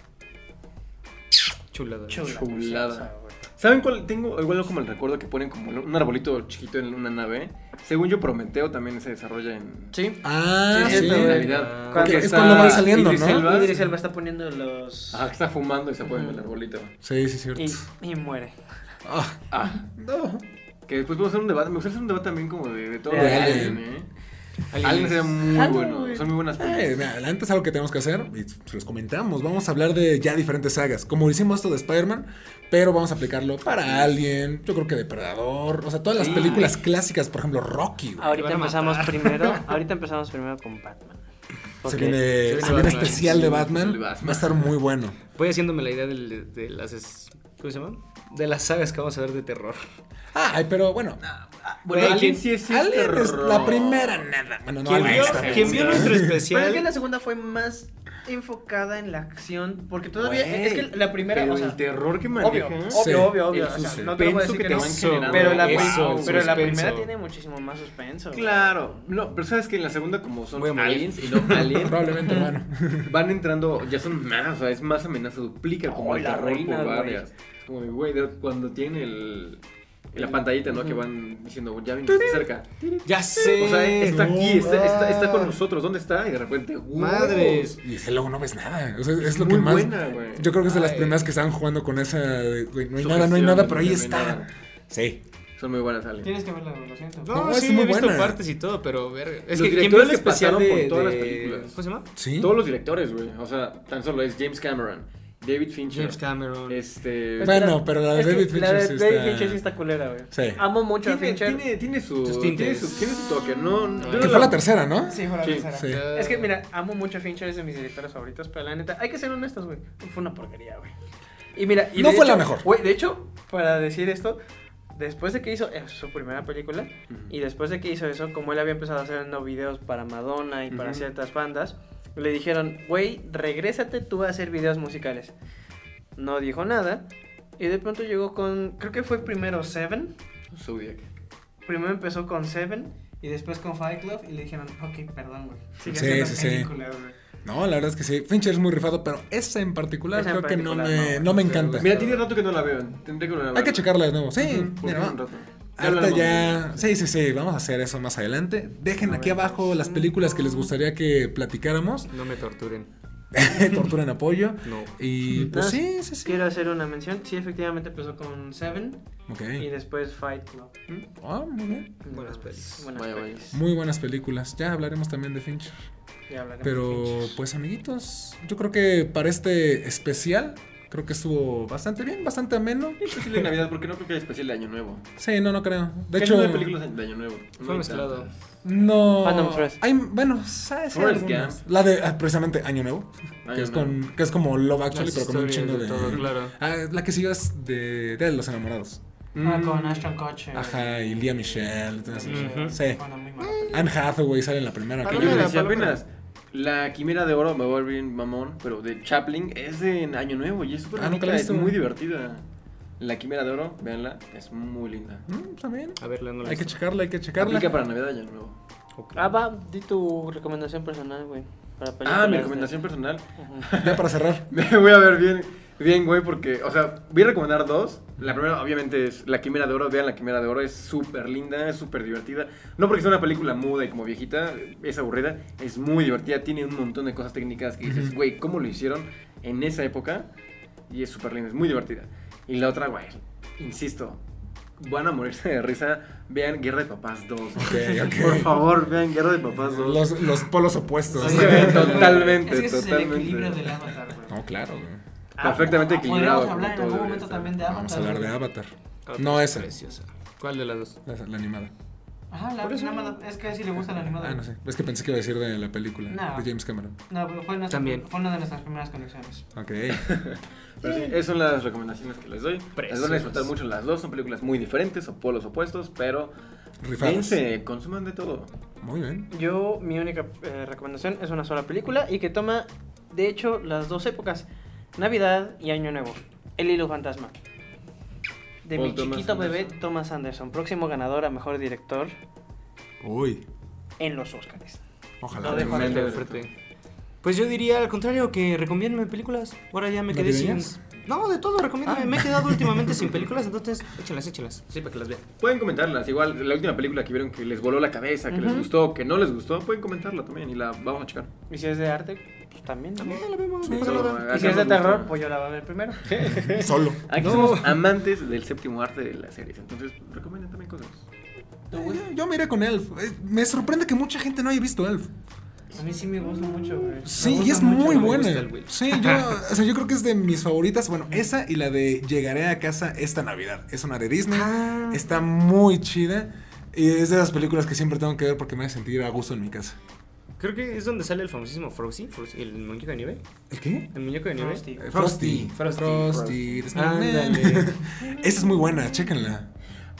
Chulada. Chula. Chulada. ¿Saben cuál? Tengo igual como el recuerdo que ponen como un arbolito chiquito en una nave. Según yo, Prometeo también se desarrolla en. Sí. Ah, Sí, sí. en cierto, güey. Navidad. Cuando- Porque es está cuando van saliendo, Idris ¿no? Elba. Idris Elba está poniendo los Ah, Ajá, que está fumando y se pone en el arbolito. Sí, sí, cierto. y, y muere. Ah, Ah, no. que después podemos hacer un debate. Me gustaría hacer un debate también como de, de todo. De lo que Alien. hacen, ¿eh? Aliens. Alien sería muy Alien, bueno. güey. Son muy Eh, buenas pelis. mira, la neta es algo que tenemos que hacer y se los comentamos. Vamos a hablar de ya diferentes sagas, como hicimos esto de Spider-Man, pero vamos a aplicarlo para Alien, yo creo que Depredador, o sea, todas las Sí. Ah, películas clásicas, por ejemplo, Rocky. güey. Ahorita Te van a empezamos matar. primero. Ahorita empezamos primero con Batman. Se Porque viene, viene se viene Batman. especial de Sí, Batman, de Batman. va a estar muy bueno. Voy haciéndome la idea del- de, las... es- ¿Cómo se llama? De las sagas que vamos a ver de terror. Ay, pero bueno, (laughs) Bueno, Güey, Alien ¿quién- sí es, sí es Alien es terror. la primera nada. Bueno, no, ¿Quién Alien vio, está bien. quien vio nuestro Pero es que especial? la segunda fue más enfocada en la acción, porque todavía Güey, es que la primera, Pero o sea, el terror que maneja. obvio, obvio, Sí. obvio, obvio, El o sea, no te voy a suspenso decir que que, te no. van generando. Pero la, Eso, prim- pero la suspenso. primera tiene muchísimo más suspenso. güey. Claro, no, pero sabes que en la segunda como son Voy a morir. aliens y no aliens, Probablemente, bueno. van entrando, ya son más, o sea, es más amenaza, duplica como Oh, el la terror reina, por güey. varias. Es como de, güey, de- cuando tiene el, la pantallita, ¿no? Que van diciendo, ya vino, cerca. Ya sé. O sea, está aquí, no, está, está, está con ah. nosotros, ¿dónde está? Y de repente, ¡wow! Madres. Y ese logo no ves nada. O sea, es Es lo muy que más. buena, güey. Yo creo que es de las Ay. primeras que estaban jugando con esa. de, güey, no hay nada, no hay Sugestión, nada, pero ahí no hay está. nada. Sí. Son muy buenas aliens. Tienes que verla, güey, lo siento. No, No, sí, es muy he visto buena. partes y todo, pero verga. Es Los que quien vio directores el que especial pasaron por de- todas las de- películas. ¿Cómo se llama? Sí. Todos los directores, güey. O sea, tan solo es James Cameron, David Fincher. James Cameron. Este. Bueno, pero la de Es que David Pues la Fincher de sí David está. Fincher sí está culera, güey. Sí. Amo mucho a tiene, Fincher. tiene, tiene su, Sus tiene tintes. su. Tiene su toque, ¿no? yo Que Que fue la tercera, ¿no? Sí, fue la Sí, tercera. sí. Es que mira, amo mucho a Fincher, es de mis directores favoritos, pero la neta, hay que ser honestos, güey. Fue una porquería, güey. Y mira, y No de fue la hecho- mejor. Güey, de hecho, para decir esto, después de que hizo eh, su primera película, y después de que hizo eso, como él había empezado a hacer no videos para Madonna y para Ujú. ciertas bandas, le dijeron, güey, regrésate tú a hacer videos musicales. No dijo nada. Y de pronto llegó con, creo que fue primero Seven. Zodiac. Primero empezó con Seven. Y después con Fight Club y le dijeron, ok, perdón, güey. Sigue Sí, haciendo sí, sí. películas, güey. No, la verdad es que sí. Fincher es muy rifado, pero esa en particular Esa en creo que no particular, me, no. no me Pero, encanta. Mira, tiene rato que no la veo. Tendré que volver a Pues, Hay que verla. checarla de nuevo. Sí, Porque mira, tiene un va. rato. Ya Ahorita ya. hablaremos Sí, sí, sí. Vamos a hacer eso más adelante. Dejen aquí abajo las películas que les gustaría que platicáramos. (laughs) No me torturen. Tortura en apoyo. No. Y pues Nada, sí, sí, sí. Quiero hacer una mención. Sí, efectivamente empezó con Seven Ok. y después Fight Club. ¿Mm? Ah, muy bien. Buenas Entonces, pelis. Buenas Vaya, vaya. pelis. Muy buenas películas. Ya hablaremos también de Fincher. Ya hablaremos Pero de Fincher. pues amiguitos, yo creo que para este especial, creo que estuvo bastante bien, bastante ameno. Especial de Navidad, porque no creo que haya especial de Año Nuevo. Sí, no, no creo. De ¿Qué hecho, tipo de películas de Año Nuevo? No Fue hay mezclado. tantas. no. Phantom Thread. Hay, bueno, sabes, hay Forrest algunas. Gump. La de ah, precisamente Año Nuevo, Año que, es Nuevo. con, que es como Love Actually, Las Ah, pero con un historias chingo de. todo, claro. Ah, la que siguió es de, de los enamorados. Ah, Mm, con Ashton Kutcher. Ajá, y Lea Michelle. todo eso. Ujú. Sí. Bueno, muy mal. Anne Hathaway sale en la primera. Que que yo yo- le Palomera, decía palomera. apenas, la quimera de oro me va a volver mamón, pero de Chaplin es de Año Nuevo y es súper Ah, nunca bonita, la he es visto. muy divertida. La quimera de oro, véanla, es muy linda. Mm, también. A ver, Leandro. Hay que checarla, hay que checarla. Aplica para Navidad y Año Nuevo. Ah, va, di tu recomendación personal, güey. para Ah, películas mi de- recomendación personal. Ujú. Ya para cerrar. (laughs) Me voy a ver bien, bien, güey, porque, o sea, voy a recomendar dos. La primera, obviamente, es La Quimera de Oro. Vean La Quimera de Oro, es súper linda, es súper divertida. No porque sea una película muda y como viejita, es aburrida, es muy divertida. Tiene un montón de cosas técnicas que dices, Ujú. güey, ¿cómo lo hicieron en esa época? Y es súper linda, es muy divertida. Y la otra, güey, insisto, van a morirse de risa. Vean Guerra de Papás (laughs) 2. güey. Ok, ok. Por favor, vean Guerra de Papás 2. Los, los polos opuestos. Sí, (laughs) totalmente, Es que ese es totalmente. el equilibrio del Avatar, (laughs) güey. No, claro. güey. Perfectamente Ah, equilibrado, Podríamos hablar en como algún todo este. momento debería también de Avatar. Vamos a hablar de Avatar. Avatar No, es esa. Ah, Preciosa. ¿Cuál de las dos? La, la animada. Ajá, la Por eso- animada. Es que si le gusta la animada. Ah, no sé. Es que pensé que iba a decir de la película No. de James Cameron. No, pero fue, nuestra- También. fue una de nuestras primeras colecciones. Ok. Pero sí, esas son las recomendaciones que les doy. Les van Preciosas. a disfrutar mucho las dos, son películas muy diferentes o polos opuestos, pero Rifadas. dense, consuman de todo. Muy bien. Yo, mi única eh, recomendación es una sola película y que toma, de hecho, las dos épocas, Navidad y Año Nuevo, El Hilo Fantasma. De Paul mi Thomas chiquito bebé Anderson. Thomas Anderson, próximo ganador a Mejor Director Uy. en los Oscars. Ojalá. No, de Juan Frente Frente a al frente. Pues yo diría al contrario, que recomiéndame películas. Ahora ya me quedé sin. ¿Navideñas? No, de todo, recomiéndame. Ah. Me he quedado últimamente (laughs) sin películas, entonces échalas, échalas. Sí, para que las vean. Pueden comentarlas, igual la última película que vieron que les voló la cabeza, que les gustó, que no les gustó, pueden comentarla también y la vamos a checar. Y si es de arte, pues también. ¿no? También la vemos, no Sí, pasa no, nada. Ah, Y si es de terror, pues yo la voy a (laughs) ver primero. Solo. Aquí somos amantes del séptimo arte de las series, entonces recomienden también cosas. Yo, yo me iré con Elf. Eh, Me sorprende que mucha gente no haya visto Elf. A mí sí me gusta mucho, güey. Me Sí, y gusta es mucho, muy me gusta. buena. gusta el güey. Sí, yo, o sea, yo creo que es de mis favoritas. Bueno, esa y la de Llegaré a casa esta Navidad. Es una de Disney. Está muy chida. Y es de las películas que siempre tengo que ver porque me hace sentir a gusto en mi casa. Creo que es donde sale el famosísimo Frosty, Frosty, el muñeco de nieve. ¿El qué? El muñeco de nieve. Frosty. Eh, Frosty. Frosty. Frosty. the Snowman. Ándale. (laughs) Esa es muy buena, chéquenla.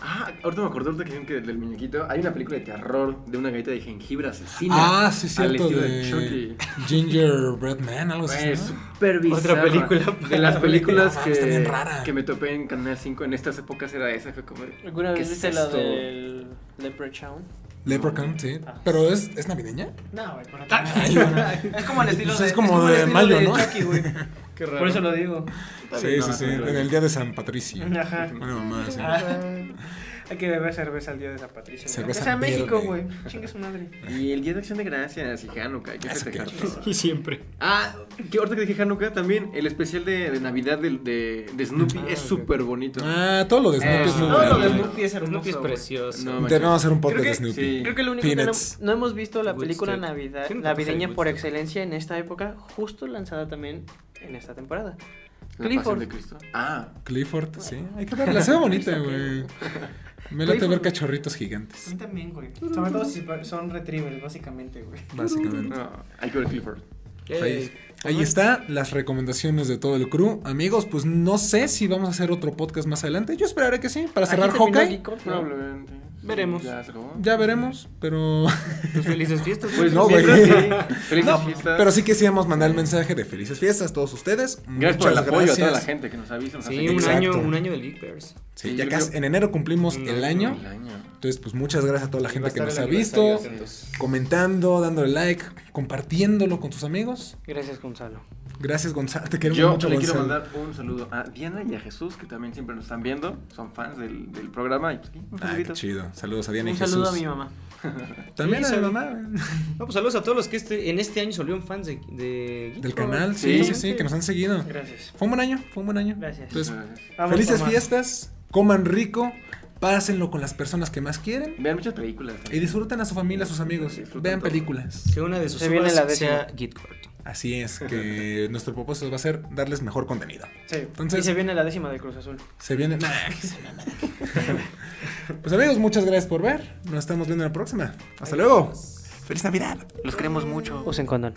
Ah, ahorita me acordé ahorita que dijeron que del muñequito hay una película de terror de una galleta de jengibre asesina. Ah, sí, Al cierto. estilo De de Chucky. Gingerbread Man, algo así. Pues, Es ¿no? súper bizarra. Otra película De las para- películas Ah, está bien que, rara. que me topé en Canal 5 en estas épocas era esa. Fue como, "Ah, ¿Alguna ¿qué vez es viste la esto? del Leprechaun? Leprechaun, sí. Ah. Pero es, es navideña. No, güey, (laughs) pero también es buena. Es como el estilo Pues de. es como de el estilo mayo, de ¿no? Chucky, (laughs) güey. Qué raro. Por eso lo digo. Sí, sí, sí. En el día de San Patricio. Ajá. Bueno, mamá, sí. Hay que beber cerveza al día de San Patricio. güey. Cerveza Que sea México, verde. güey. Chingue su madre. Y el día de acción de gracias y Hanukkah. ¿qué Eso se te qué jacta? (laughs) Y siempre. Ah, que ahorita que dije Hanukkah también, el especial de, de Navidad de, de, de Snoopy Ah, es ok. súper bonito. Ah, todo lo de Snoopy Eh, es muy No, lo de bonito. Snoopy es hermoso. Snoopy es güey. precioso. No, Debemos hacer un podcast Creo de que- Snoopy. sí. Creo que lo único que no, Peanuts. no hemos visto la Woodstock. película Navidad, Sí, me navideña tocó por Woodstock. excelencia en esta época, justo lanzada también en esta temporada. La pasión Clifford. de Cristo. Ah, Clifford, sí. Hay que verla. Se ve bonita, güey. Me late ver cachorritos A gigantes. mí también, güey. Sobre todo si son retrievers, básicamente, güey. Básicamente. no, Ah, hay que ver Clifford. Pues Ahí, ahí está las recomendaciones de todo el crew. Amigos, pues no sé si vamos a hacer otro podcast más adelante. Yo esperaré que sí. Para cerrar Aquí terminó Hawkeye. Geek Out, ¿no? Probablemente. Veremos. Ya se acabó. Ya veremos, pero. Pues felices fiestas. Pues No, no, güey. (laughs) Felices fiestas. Pero sí quisiéramos mandar el mensaje de felices fiestas a todos ustedes. Gracias por el Muchas apoyo a toda la gracias. gente que nos avisa. Nos Sí, hace- un Exacto. año, un año del Geek Bears. Sí, Sí, ya yo casi creo- en enero cumplimos No, el no, año. El año. Entonces, pues muchas gracias a toda la gente que Va a nos estar ha el visto, aniversario, atentos. comentando, dándole like, compartiéndolo con tus amigos. Gracias, Gonzalo. Gracias, Gonzalo. Te queremos Yo mucho, le quiero Gonzalo. mandar un saludo a Diana y a Jesús, que también siempre nos están viendo. Son fans del, del programa. Y pues, aquí, un Ah, qué saludito. chido. Saludos a Diana Un y Jesús. saludo a mi mamá. También Sí, a mi sal- mamá. eh, No, pues saludos a todos los que este, en este año se volvieron fans de, de Geek Del Power. canal, sí, sí, Sí. sí, que nos han seguido. Gracias. Fue un buen año, fue un buen año. Gracias. Entonces, Vamos felices por más. fiestas, coman rico, pásenlo con las personas que más quieren Vean muchas películas. ¿eh? y disfruten a su familia, a sus amigos. Disfruten Vean todo. películas. Que una de sus Se viene obras la décima. sea Geek Corto. Así es, (laughs) que nuestro propósito va a ser darles mejor contenido. Sí. Entonces- y se viene la décima del Cruz Azul. Se viene. Nah, que se mamada. (laughs) pues amigos, muchas gracias por ver. Nos estamos viendo en la próxima. Hasta luego. Feliz Navidad. Los queremos mucho. Usen condón.